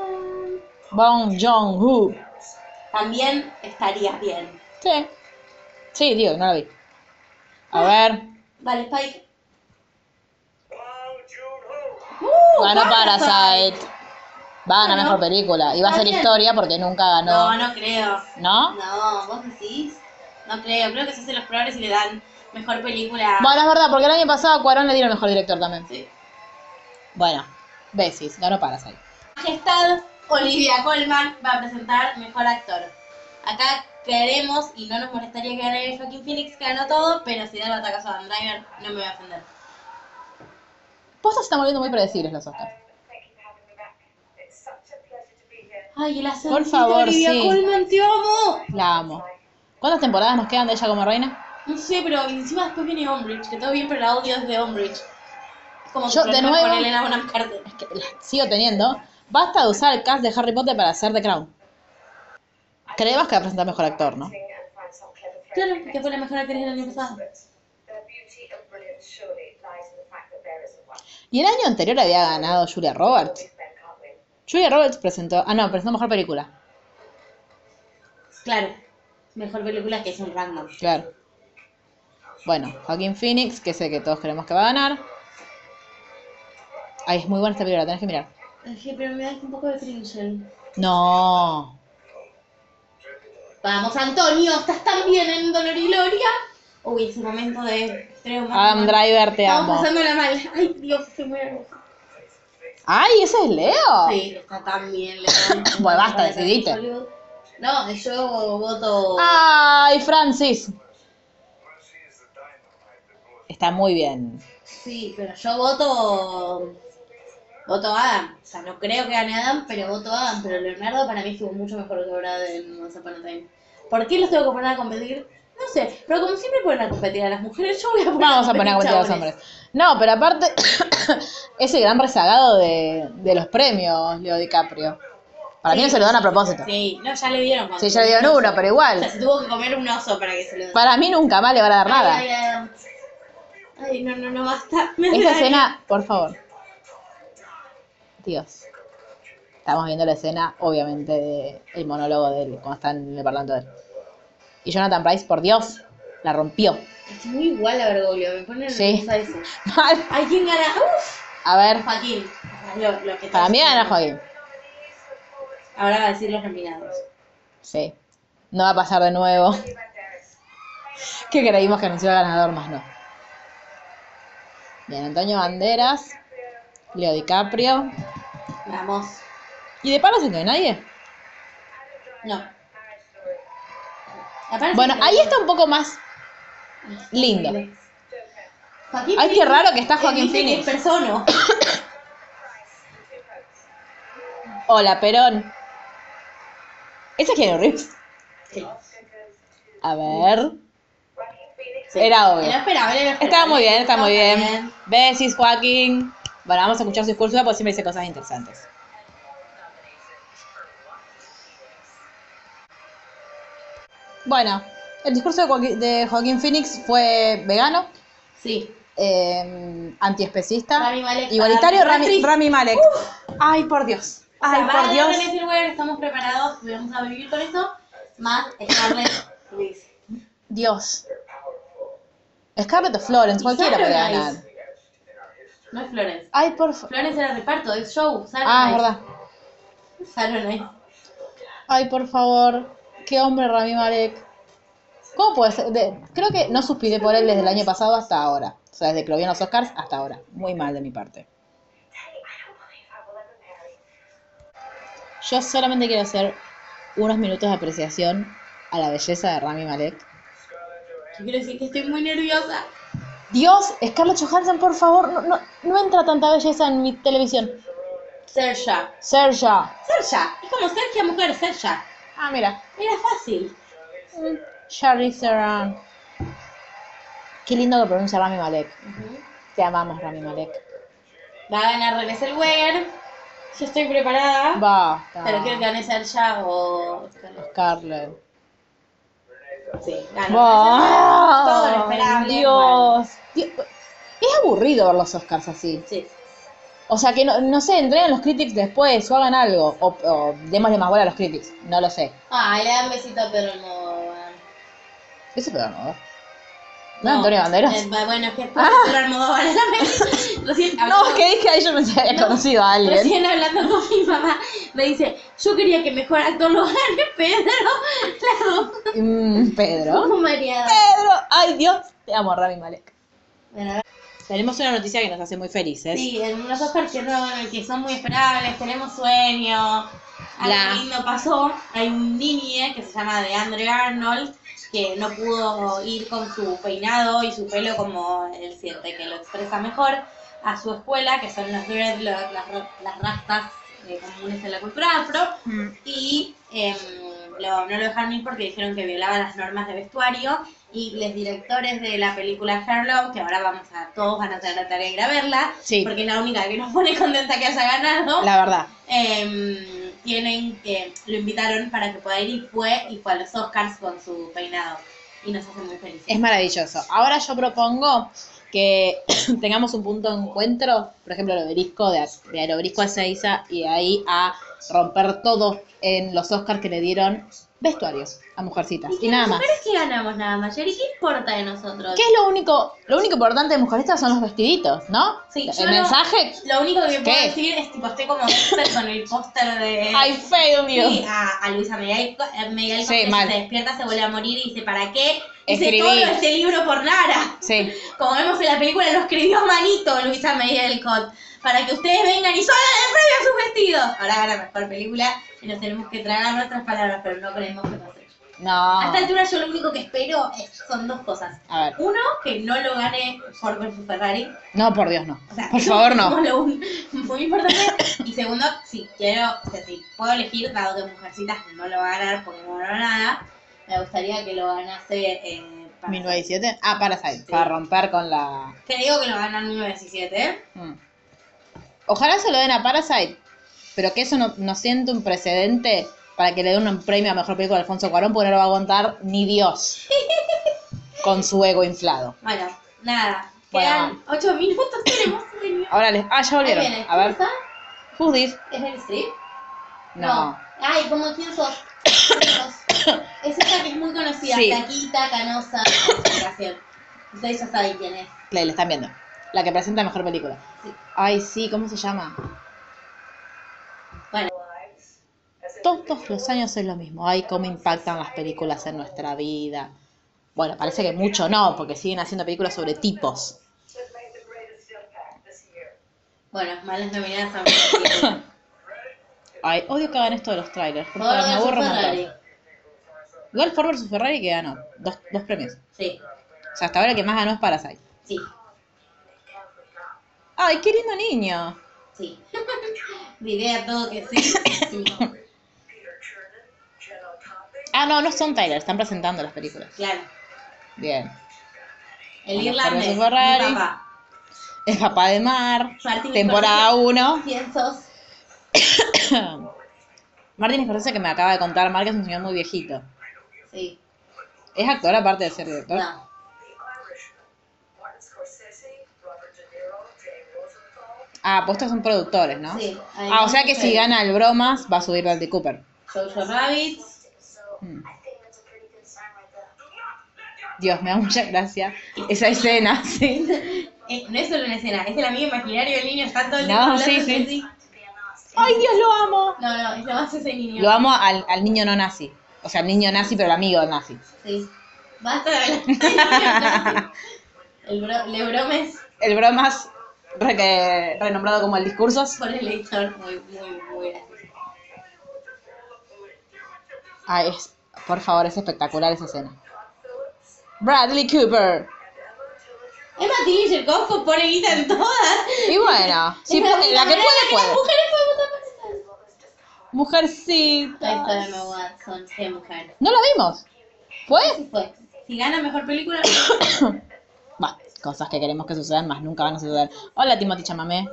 Speaker 1: Bong Joon-ho.
Speaker 3: También estarías bien.
Speaker 1: Sí. Sí, digo, no lo vi. A ver,
Speaker 3: Vale, Spike. Uh,
Speaker 1: ganó Parasite. Va a ganar mejor película. Y va a ser
Speaker 3: Está bien.
Speaker 1: historia porque nunca
Speaker 3: No,
Speaker 1: ganó.
Speaker 3: no creo.
Speaker 1: ¿No?
Speaker 3: No, vos decís. No creo. Creo que se hacen los probadores y le dan mejor película.
Speaker 1: Bueno, es verdad, porque el año pasado a Cuarón le dieron mejor director también.
Speaker 3: Sí.
Speaker 1: Bueno, Besis, ganó Parasite.
Speaker 3: Majestad, Olivia Colman va a presentar Mejor Actor. Acá queremos, y no nos molestaría que ganara el fucking Phoenix, que ganó todo, pero si da el batacazo a Dan Driver, no me voy a ofender.
Speaker 1: Postas se están volviendo muy predecibles los Oscars.
Speaker 6: Thank you for having me back. It's such a pleasure to be here.
Speaker 3: Ay, el ascensor.
Speaker 1: Por favor,
Speaker 3: Olivia
Speaker 1: sí.
Speaker 3: Colman, te amo.
Speaker 1: La amo. ¿Cuántas temporadas nos quedan de ella como reina?
Speaker 3: No sé, pero encima después viene Umbridge, que todo bien, pero la odio desde Umbridge. Es Como
Speaker 1: Yo,
Speaker 3: tu
Speaker 1: de
Speaker 3: problema
Speaker 1: nuevo-
Speaker 3: con Elena Bonham Carter.
Speaker 1: Que la sigo teniendo. Basta de usar el cast de Harry Potter para hacer The Crown. Creemos que va a presentar mejor actor, ¿no?
Speaker 6: And find some clever
Speaker 3: Claro, que fue la mejor actriz del año pasado.
Speaker 6: Their beauty and brilliance surely lies in the fact that there isn't one.
Speaker 1: Y el año anterior había ganado Julia Roberts.
Speaker 6: These men can't win.
Speaker 1: Julia Roberts presentó. Ah, no, presentó mejor película.
Speaker 7: Claro. Mejor película que es un random.
Speaker 1: Claro. Bueno, Joaquín Phoenix, que sé que todos creemos que va a ganar. Ay, es muy buena esta película, tenés que mirar.
Speaker 3: Ay, pero me da un poco de cringe.
Speaker 1: No.
Speaker 3: Vamos, Antonio, estás tan bien en Dolor y Gloria. Uy, ese momento de trauma.
Speaker 1: Adam Driver, te
Speaker 3: Estamos
Speaker 1: amo.
Speaker 3: pasándola mal. Ay, Dios, se muere.
Speaker 1: Ay, ese es Leo.
Speaker 3: Ah. Sí, está tan bien. le-
Speaker 1: Bueno, basta, decidite. Ah.
Speaker 3: No, yo voto.
Speaker 1: Ay, Francis. Está muy bien.
Speaker 3: Sí, pero yo voto. Voto Adam. O sea, no creo que gane Adam, pero voto Adam. Pero Leonardo para mí estuvo mucho mejor que Brad en Once Upon a Time. ¿Por qué los tengo que poner a competir? No sé, pero como siempre ponen a competir a las mujeres, yo voy a poner
Speaker 1: Vamos a poner a competir a los
Speaker 3: chabones.
Speaker 1: hombres. No, pero aparte, ese gran rezagado de, de los premios, Leo DiCaprio. Para mí no se lo dan a propósito.
Speaker 3: Sí, no, ya le dieron. cuando-
Speaker 1: Sí, ya le dieron uno, pero
Speaker 3: O sea,
Speaker 1: igual.
Speaker 3: se tuvo que comer un oso para que se lo den.
Speaker 1: Para mí nunca más le van a dar nada.
Speaker 3: Ay, ay, ay. Ay, no, no, no, basta. Me
Speaker 1: Esa
Speaker 3: daña.
Speaker 1: escena, por favor. Dios. Estamos viendo la escena, obviamente, de- el monólogo de él, cuando está en el parlante de él. Y Jonathan Price, por Dios, la rompió.
Speaker 3: Es muy igual a Bergoglio, me pone
Speaker 1: Sí.
Speaker 3: nerviosa eso.
Speaker 1: Mal.
Speaker 3: Ay, ¿quién gana? Uf,
Speaker 1: A ver,
Speaker 3: Joaquín. Lo, lo que
Speaker 1: para
Speaker 3: todos
Speaker 1: mí gana
Speaker 3: quieren.
Speaker 1: Joaquín.
Speaker 3: Ahora va a decir los nominados.
Speaker 1: Sí. No va a pasar de nuevo. Que creímos que anunció el ganador, más no. Bien, Antonio Banderas, Leo DiCaprio.
Speaker 3: Vamos.
Speaker 1: ¿Y de palos no hay nadie?
Speaker 3: No. Aparte-
Speaker 1: Bueno, ahí está un poco más lindo.
Speaker 3: Joaquín
Speaker 1: Ay, qué
Speaker 3: Phoenix.
Speaker 1: raro que está Joaquín
Speaker 3: Dice que es
Speaker 1: Phoenix.
Speaker 3: persona.
Speaker 1: Hola, Perón. ¿Ese es Keanu Reeves? A ver. Era
Speaker 3: Era
Speaker 1: obvio.
Speaker 3: esperable, era esperable.
Speaker 1: Estaba muy bien, está muy
Speaker 3: Estaba
Speaker 1: bien. Besis, Joaquín. Bueno, vamos a escuchar su discurso porque siempre dice cosas interesantes. Bueno, el discurso de Joaqui- de Joaquín Phoenix fue vegano.
Speaker 3: Sí.
Speaker 1: eh, antiespecista,
Speaker 3: Rami Malek.
Speaker 1: igualitario,
Speaker 3: Rami-
Speaker 1: Ah, Rami,
Speaker 3: Rami-
Speaker 1: Rami Malek. Ay, por Dios. Ay,
Speaker 3: O sea,
Speaker 1: por
Speaker 3: Biden
Speaker 1: Dios.
Speaker 3: En ese lugar estamos preparados, vamos a vivir con esto, más Scarlett Luis.
Speaker 1: Dios. Scarlett o Florence, cualquiera puede
Speaker 3: Saturday.
Speaker 1: ganar.
Speaker 3: No es Florence.
Speaker 1: Ay, por favor.
Speaker 3: Florence era reparto, es show. Saturday.
Speaker 1: Ah, es verdad.
Speaker 3: Saturday.
Speaker 1: Ay, por favor. Qué hombre, Rami Malek. ¿Cómo puede ser? De- creo que no suspiré por él desde el año pasado hasta ahora. O sea, desde que lo vi en los Oscars hasta ahora. Muy mal de mi parte. Yo solamente quiero hacer unos minutos de apreciación a la belleza de Rami Malek.
Speaker 3: Yo quiero decir que estoy muy nerviosa.
Speaker 1: Dios, Scarlett Johansson, por favor, no, no, no entra tanta belleza en mi televisión.
Speaker 3: Serja.
Speaker 1: Serja.
Speaker 3: Serja. Es como Sergia mujer, Serja.
Speaker 1: Ah, mira.
Speaker 3: Era fácil.
Speaker 1: Charlize Theron. Qué lindo que pronuncia Rami Malek. Te amamos, Rami Malek.
Speaker 3: Va a ganar René Zellweger. Yo estoy preparada.
Speaker 1: Basta.
Speaker 3: Ah, Pero quiero que gane Serja o Scarlett.
Speaker 1: Scarlett.
Speaker 3: Sí, gana.
Speaker 1: Bah.
Speaker 3: Todo lo esperable.
Speaker 1: Dios. Di- Es aburrido ver los Oscars así.
Speaker 3: Sí.
Speaker 1: O sea, que no, no sé, entreguen los critics después o hagan algo. O, o démosle más bola a los critics. No lo sé.
Speaker 3: Ay, le dan besito a Pedro Almodóvar.
Speaker 1: Eso es ¿no? No, Antonio Banderas. Ah.
Speaker 3: eh, bueno, es que después de Pedro Almodóvar es la peli. Recién,
Speaker 1: No, es
Speaker 3: hablando-
Speaker 1: que dije ahí yo pensé que había
Speaker 3: No,
Speaker 1: conocido a alguien.
Speaker 3: recién hablando con mi mamá, me dice, yo quería que mejor actor lo gane Pedro. Claro,
Speaker 1: Mm, Pedro.
Speaker 3: como mareada.
Speaker 1: Pedro. Ay, Dios. Te amo, Rami Malek.
Speaker 3: Bueno,
Speaker 1: Tenemos una noticia que nos hace muy felices.
Speaker 3: sí, en unos Oscars que, no, que son muy esperables, tenemos sueño. Algo
Speaker 1: La-
Speaker 3: lindo pasó. Hay un niñe que se llama de Andre Arnold que no pudo ir con su peinado y su pelo como él siente que lo expresa mejor a su escuela, que son los dreadlocks, las, ro- las rastas eh, comunes en la cultura afro. y em, lo- no lo dejaron ir porque dijeron que violaba las normas de vestuario y los directores de la película Sherlock, que ahora vamos a todos van a tener la tarea de ir a verla,
Speaker 1: Sí.
Speaker 3: porque es la única que nos pone contenta que haya ganado,
Speaker 1: La verdad.
Speaker 3: em, tienen que lo invitaron para que pueda ir y fue y fue a los Oscars con su peinado y nos hace muy felices.
Speaker 1: Es maravilloso. Ahora yo propongo que tengamos un punto de encuentro, por ejemplo, el obelisco de, de Aerobelisco a Seiza y de ahí a romper todo en los Oscars que le dieron vestuarios a Mujercitas. Y nada más.
Speaker 3: Pero es que ganamos nada más, Jerry, ¿qué importa de nosotros?
Speaker 1: ¿Qué es lo único, lo único importante de Mujercitas son los vestiditos, ¿no?
Speaker 3: Sí, yo
Speaker 1: el
Speaker 3: no-
Speaker 1: mensaje.
Speaker 3: Lo único que puedo
Speaker 1: ¿Qué?
Speaker 3: decir es tipo estoy como hipster con el póster de
Speaker 1: I failed you.
Speaker 3: Sí, a, a Luisa eh, Miguel, Miguel
Speaker 1: Sí, mal.
Speaker 3: se despierta, se vuelve a morir y dice, ¿para qué? Hice
Speaker 1: Escribí.
Speaker 3: todo este libro por Nara.
Speaker 1: Sí.
Speaker 3: Como vemos en la película, lo escribió Manito Luisa Cot Para que ustedes vengan y solo den premio a sus vestidos. Ahora gana mejor película y nos tenemos que tragar nuestras palabras, pero no creemos que pase.
Speaker 1: No.
Speaker 3: A esta altura yo lo único que espero es- son dos cosas.
Speaker 1: A ver.
Speaker 3: Uno, que no lo gane Ford versus Ferrari.
Speaker 1: No, por Dios, no.
Speaker 3: O sea,
Speaker 1: Por
Speaker 3: eso
Speaker 1: favor,
Speaker 3: es
Speaker 1: no.
Speaker 3: como lo un- muy importante. Y segundo, si quiero, o sea, si puedo elegir, dado que Mujercitas no lo va a ganar porque no ganó nada, me gustaría que lo ganase. Eh, para-
Speaker 1: 1917. Ah, Parasite.
Speaker 3: Sí.
Speaker 1: Para romper con la.
Speaker 3: Te digo que lo ganan 1917, ¿eh?
Speaker 1: Mm. Ojalá se lo den a Parasite, pero que eso no, no siente un precedente para que le den un premio a mejor película a Alfonso Cuarón, porque no lo va a aguantar ni Dios con su ego inflado.
Speaker 3: Bueno, nada.
Speaker 1: Bueno.
Speaker 3: Quedan 8 minutos, tenemos un minuto.
Speaker 1: Ahora les. Ah, ya volvieron.
Speaker 3: Ahí viene.
Speaker 1: A ver.
Speaker 3: ¿Quién
Speaker 1: Who's this?
Speaker 3: sos? ¿Es Meryl Streep?
Speaker 1: No.
Speaker 3: Ay, ¿cómo quién sos? ¿Quién sos? es esta que es muy conocida,
Speaker 1: Sí.
Speaker 3: Taquita, Canosa, Gracias. Ustedes ya saben quién es.
Speaker 1: Le, le están viendo. La que presenta mejor película.
Speaker 3: Sí.
Speaker 1: Ay, sí, ¿cómo se llama?
Speaker 3: Bueno.
Speaker 1: Todos los años es lo mismo. Ay, cómo impactan las películas en nuestra vida. Bueno, parece que mucho no, porque siguen haciendo películas sobre tipos.
Speaker 3: Bueno, malas nominadas a mejor película.
Speaker 1: Ay, odio que hagan esto de los trailers. Por
Speaker 3: Ford
Speaker 1: favor, me
Speaker 3: versus
Speaker 1: aburro un
Speaker 3: Ferrari.
Speaker 1: montón. Igual Ford vs Ferrari que ganó dos, dos premios.
Speaker 3: Sí,
Speaker 1: O sea, hasta ahora el que más ganó es Parasite.
Speaker 3: sí,
Speaker 1: Ay, qué lindo niño.
Speaker 3: sí. Diré a todo que sí. sí.
Speaker 1: Ah, no, no son Tyler, están presentando las películas.
Speaker 3: Claro.
Speaker 1: Bien.
Speaker 3: El
Speaker 1: Bueno,
Speaker 3: irlandés.
Speaker 1: Ford versus Ferrari.
Speaker 3: Mi papá.
Speaker 1: El papá de Mar,
Speaker 3: Martin
Speaker 1: temporada 1.
Speaker 3: ¿Quién sos?
Speaker 1: Martín Scorsese que me acaba de contar, Mark es un señor muy viejito.
Speaker 3: Sí.
Speaker 1: ¿Eh? Es actor aparte de ser director.
Speaker 3: No.
Speaker 5: Martin Scorsese
Speaker 1: Ah, pues estos son productores, ¿no?
Speaker 3: Sí,
Speaker 1: Ah, o sea que si gana el Bromas, va a subir Bradley Cooper.
Speaker 3: Jojo Rabbit.
Speaker 1: Mm. Dios, me da mucha gracia esa escena, sí.
Speaker 3: Eh, no es solo una escena, es el amigo imaginario del niño, está todo el
Speaker 1: No,
Speaker 3: tiempo hablando
Speaker 1: sí,
Speaker 3: entre
Speaker 1: sí. ¡Ay, Dios, lo amo!
Speaker 3: No, no, es lo más ese niño.
Speaker 1: Lo amo al, al niño no nazi. O sea, al niño nazi, pero el amigo nazi.
Speaker 3: Sí. Basta de hablar del niño, ¿no? El bro, le bromes
Speaker 1: El Bromas, re- que- renombrado como el discursos.
Speaker 3: por el lector muy, muy, muy gracioso.
Speaker 1: Ay, es- por favor, es espectacular esa escena. Bradley Cooper.
Speaker 3: Emma Tilly Yerkofo pone guita en todas.
Speaker 1: Y bueno, si
Speaker 3: Es
Speaker 1: pu- la que
Speaker 3: mujer,
Speaker 1: puede,
Speaker 3: Las
Speaker 1: puede.
Speaker 3: mujeres podemos aparecer. Ahí
Speaker 1: Mujercita.
Speaker 3: está Emma Watson, qué mujer.
Speaker 1: No la vimos.
Speaker 3: Sí
Speaker 1: Pues,
Speaker 3: fue. Si gana mejor película,
Speaker 1: va, cosas que queremos que sucedan, más nunca van a suceder. Hola, Timothy Chamamé.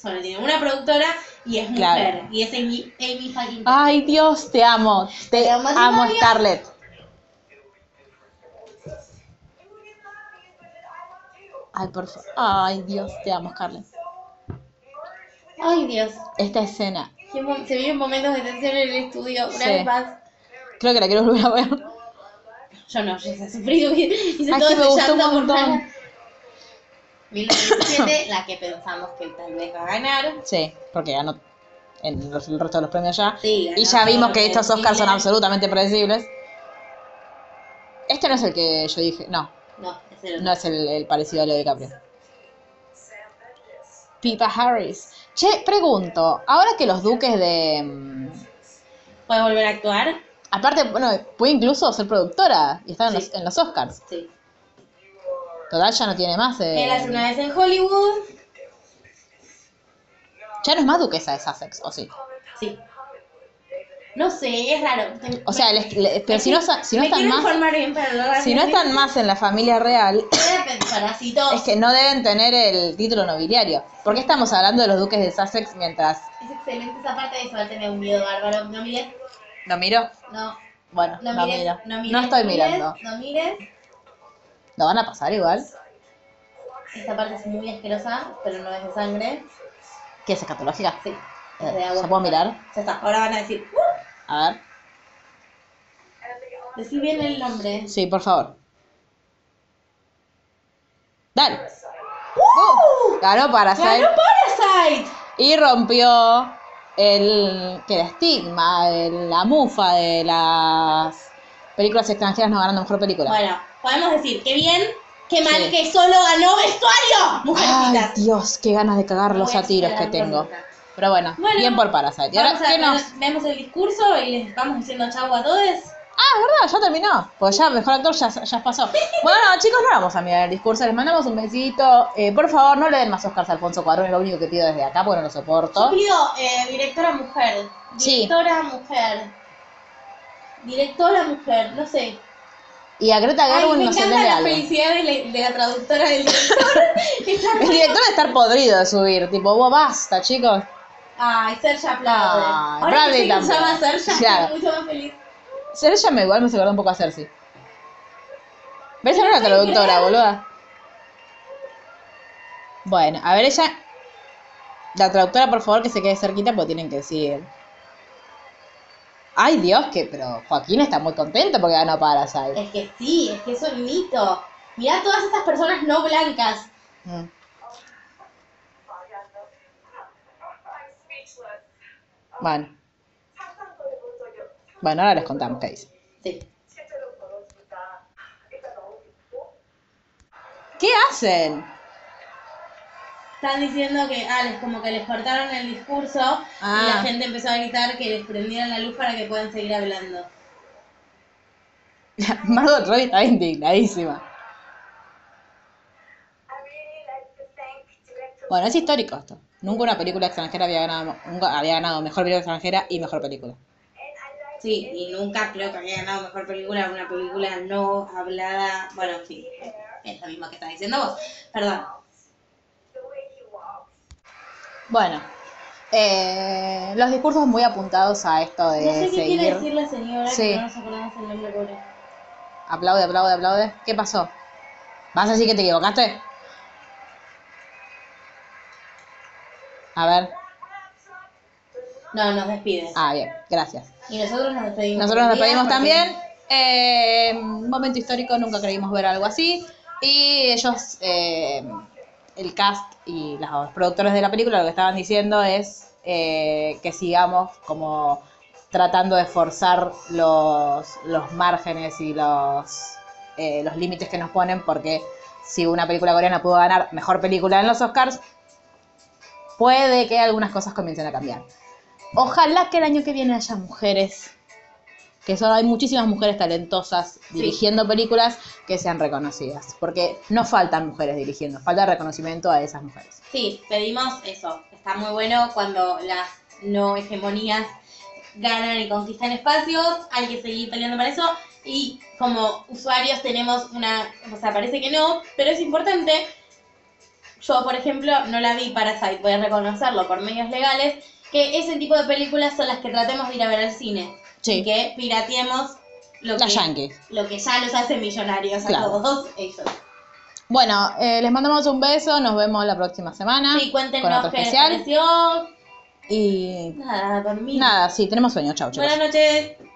Speaker 3: solo tiene una productora y es mujer.
Speaker 1: Claro.
Speaker 3: Y es Amy, Amy fucking
Speaker 1: Ay, Dios, te amo. Te
Speaker 3: amo, Timothy.
Speaker 1: amo, Scarlett. Ay, por favor. Ay, Dios, te amo, Scarlett.
Speaker 3: Ay, Dios.
Speaker 1: Esta escena,
Speaker 3: Qué mo- Se viven momentos de tensión en el estudio. Una
Speaker 1: Sí.
Speaker 3: vez más.
Speaker 1: creo que la quiero volver a ver.
Speaker 3: Yo no, yo he sufrido. Hice
Speaker 1: Ay,
Speaker 3: todo
Speaker 1: sí, me
Speaker 3: ese
Speaker 1: gustó un
Speaker 3: llanto por
Speaker 1: montón.
Speaker 3: nada. 1917, la que pensamos que tal vez va a ganar.
Speaker 1: Sí, porque ganó en los- el resto de los premios ya.
Speaker 3: Sí, ganó
Speaker 1: y ya vimos
Speaker 3: todo
Speaker 1: que
Speaker 3: lo
Speaker 1: estos
Speaker 3: que
Speaker 1: Oscars son
Speaker 3: tiene.
Speaker 1: absolutamente predecibles. Este no es el que yo dije, no,
Speaker 3: No, es el
Speaker 1: no es el, el parecido a lo de DiCaprio. Pipa Harris. Che, pregunto, ahora que los duques de... mm,
Speaker 3: ¿Puede volver a actuar?
Speaker 1: Aparte, bueno, puede incluso ser productora y estar en, los, en los Oscars.
Speaker 3: Sí.
Speaker 1: Total, ya no tiene más... eh,
Speaker 3: Él hace una vez en Hollywood.
Speaker 1: ya no es más duquesa de Sussex, ¿o sí?
Speaker 3: Sí. No sé, es raro. Te-
Speaker 1: O sea, les- les- pero si no, sa- si no
Speaker 3: me
Speaker 1: están
Speaker 3: quiero
Speaker 1: más...
Speaker 3: informar bien para no
Speaker 1: Si no están más en la familia real,
Speaker 3: Parasito.
Speaker 1: es que no deben tener el título nobiliario. ¿Por qué estamos hablando de los duques de Sussex mientras
Speaker 3: Es excelente esa parte de eso. Va a tener un miedo bárbaro. No mires.
Speaker 1: lo miro?
Speaker 3: No.
Speaker 1: Bueno,
Speaker 3: No
Speaker 1: no,
Speaker 3: mires,
Speaker 1: miro.
Speaker 3: no
Speaker 1: No,
Speaker 3: mires,
Speaker 1: estoy
Speaker 3: no mires,
Speaker 1: mirando.
Speaker 3: No mires.
Speaker 1: ¿Lo van a pasar igual?
Speaker 3: Esta parte es muy asquerosa, pero no es de sangre.
Speaker 1: ¿Qué es escatológica?
Speaker 3: Sí.
Speaker 1: Eh,
Speaker 3: es de agua.
Speaker 1: ¿Ya puedo mirar?
Speaker 3: Ya está. Ahora van a decir, "Uh".
Speaker 1: A ver.
Speaker 3: decí bien el nombre.
Speaker 1: Sí, por favor. Dale. Uh, ganó para
Speaker 3: ¡Ganó Parasite!
Speaker 1: y rompió el que el estigma, el- la mufa de las películas extranjeras no ganando mejor película.
Speaker 3: Bueno, podemos decir, qué bien, qué mal
Speaker 1: Sí.
Speaker 3: que solo ganó vestuario.
Speaker 1: Ay,
Speaker 3: Mujercitas.
Speaker 1: Dios, qué ganas de cagarlos
Speaker 3: Voy a
Speaker 1: a tiros que
Speaker 3: superar
Speaker 1: tengo.
Speaker 3: por nunca.
Speaker 1: Pero bueno,
Speaker 3: Bueno,
Speaker 1: bien por Parasite. Y ahora,
Speaker 3: Vamos a
Speaker 1: ¿qué
Speaker 3: ver,
Speaker 1: nos-
Speaker 3: vemos el discurso y les vamos diciendo chau a todos.
Speaker 1: Ah, es verdad, ya terminó. Pues ya, mejor actor ya, ya pasó. Bueno, chicos, no vamos a mirar el discurso. Les mandamos un besito. Eh, por favor, no le den más Oscars a Alfonso Cuarón. Es lo único que pido desde acá porque no lo soporto.
Speaker 3: Yo pido eh, directora mujer.
Speaker 1: Sí.
Speaker 3: Directora mujer. Directora mujer, no sé.
Speaker 1: Y a Greta
Speaker 3: Ay,
Speaker 1: Gerwig
Speaker 3: me
Speaker 1: nos
Speaker 3: encanta
Speaker 1: de
Speaker 3: la
Speaker 1: algo.
Speaker 3: felicidad de la, de la traductora del director. Está
Speaker 1: El director debe estar podrido de subir. Tipo, vos basta, chicos.
Speaker 3: Ay, Sergio aplaude.
Speaker 1: Ah,
Speaker 3: Ahora
Speaker 1: Bradley
Speaker 3: que sé que se
Speaker 1: también.
Speaker 3: llama Sergio,
Speaker 1: Claro.
Speaker 3: estoy mucho más feliz.
Speaker 1: Sergio me igual me se acordó un poco a Cersei. ¿Ves? Era una
Speaker 3: No puedo
Speaker 1: traductora,
Speaker 3: creer.
Speaker 1: boluda. Bueno, a ver ella. La traductora, por favor, que se quede cerquita porque tienen que decir. Ay, Dios, que. Pero Joaquín está muy contento porque ganó Parasite.
Speaker 3: Es que sí, es que es un mito. Mirá todas estas personas no blancas.
Speaker 1: Mm. Bueno. Bueno, ahora les contamos qué dice.
Speaker 3: Sí.
Speaker 1: ¿Qué hacen?
Speaker 3: Están diciendo que, ah, les, como que les cortaron el discurso
Speaker 1: Ah.
Speaker 3: y la gente empezó a gritar que les prendieran la luz para que puedan seguir hablando.
Speaker 1: Margot Robbie está indignadísima. Bueno, es histórico esto. Nunca una película extranjera había ganado, nunca había ganado mejor película extranjera y mejor película.
Speaker 3: Sí, y nunca creo que había ganado mejor película una película no hablada. Bueno, sí, es lo mismo que estás diciendo vos. Perdón.
Speaker 1: Bueno, eh, los discursos muy apuntados a esto de
Speaker 3: No sé qué quiere
Speaker 1: seguir.
Speaker 3: decir la señora,
Speaker 1: Sí.
Speaker 3: que no nos acordamos el nombre pobre.
Speaker 1: Aplaude, aplaude, aplaude. ¿Qué pasó? ¿Vas a decir que te equivocaste? A ver.
Speaker 3: No, nos despide.
Speaker 1: Ah, bien, gracias.
Speaker 3: Y nosotros nos despedimos.
Speaker 1: Nosotros nos
Speaker 3: Bien,
Speaker 1: despedimos
Speaker 3: porque-
Speaker 1: también. Eh, momento histórico, nunca creímos ver algo así. Y ellos, eh, el cast y los productores de la película, lo que estaban diciendo es eh, que sigamos como tratando de forzar los, los márgenes y los, eh, los límites que nos ponen, porque si una película coreana pudo ganar mejor película en los Oscars, puede que algunas cosas comiencen a cambiar. Ojalá que el año que viene haya mujeres, que son, hay muchísimas mujeres talentosas dirigiendo películas que sean reconocidas, porque no faltan mujeres dirigiendo, falta reconocimiento a esas mujeres.
Speaker 3: Sí, pedimos eso. Está muy bueno cuando las no hegemonías ganan y conquistan espacios. Hay que seguir peleando para eso. Y como usuarios tenemos una... O sea, parece que no, pero es importante. Yo, por ejemplo, no la vi Parasite, voy a reconocerlo por medios legales, que ese tipo de películas son las que tratemos de ir a ver al cine.
Speaker 1: Sí.
Speaker 3: Y que pirateemos lo
Speaker 1: Las
Speaker 3: que,
Speaker 1: Yankees.
Speaker 3: lo que ya los hace millonarios
Speaker 1: Claro.
Speaker 3: a todos. Eso.
Speaker 1: Bueno, eh, les mandamos un beso, nos vemos la próxima semana
Speaker 3: Sí,
Speaker 1: Ah, con
Speaker 3: cuéntenos
Speaker 1: otro
Speaker 3: qué les
Speaker 1: especial.
Speaker 3: pareció.
Speaker 1: Y
Speaker 3: Nada, dormir.
Speaker 1: nada, sí, tenemos sueño, chao chicos.
Speaker 3: Buenas noches.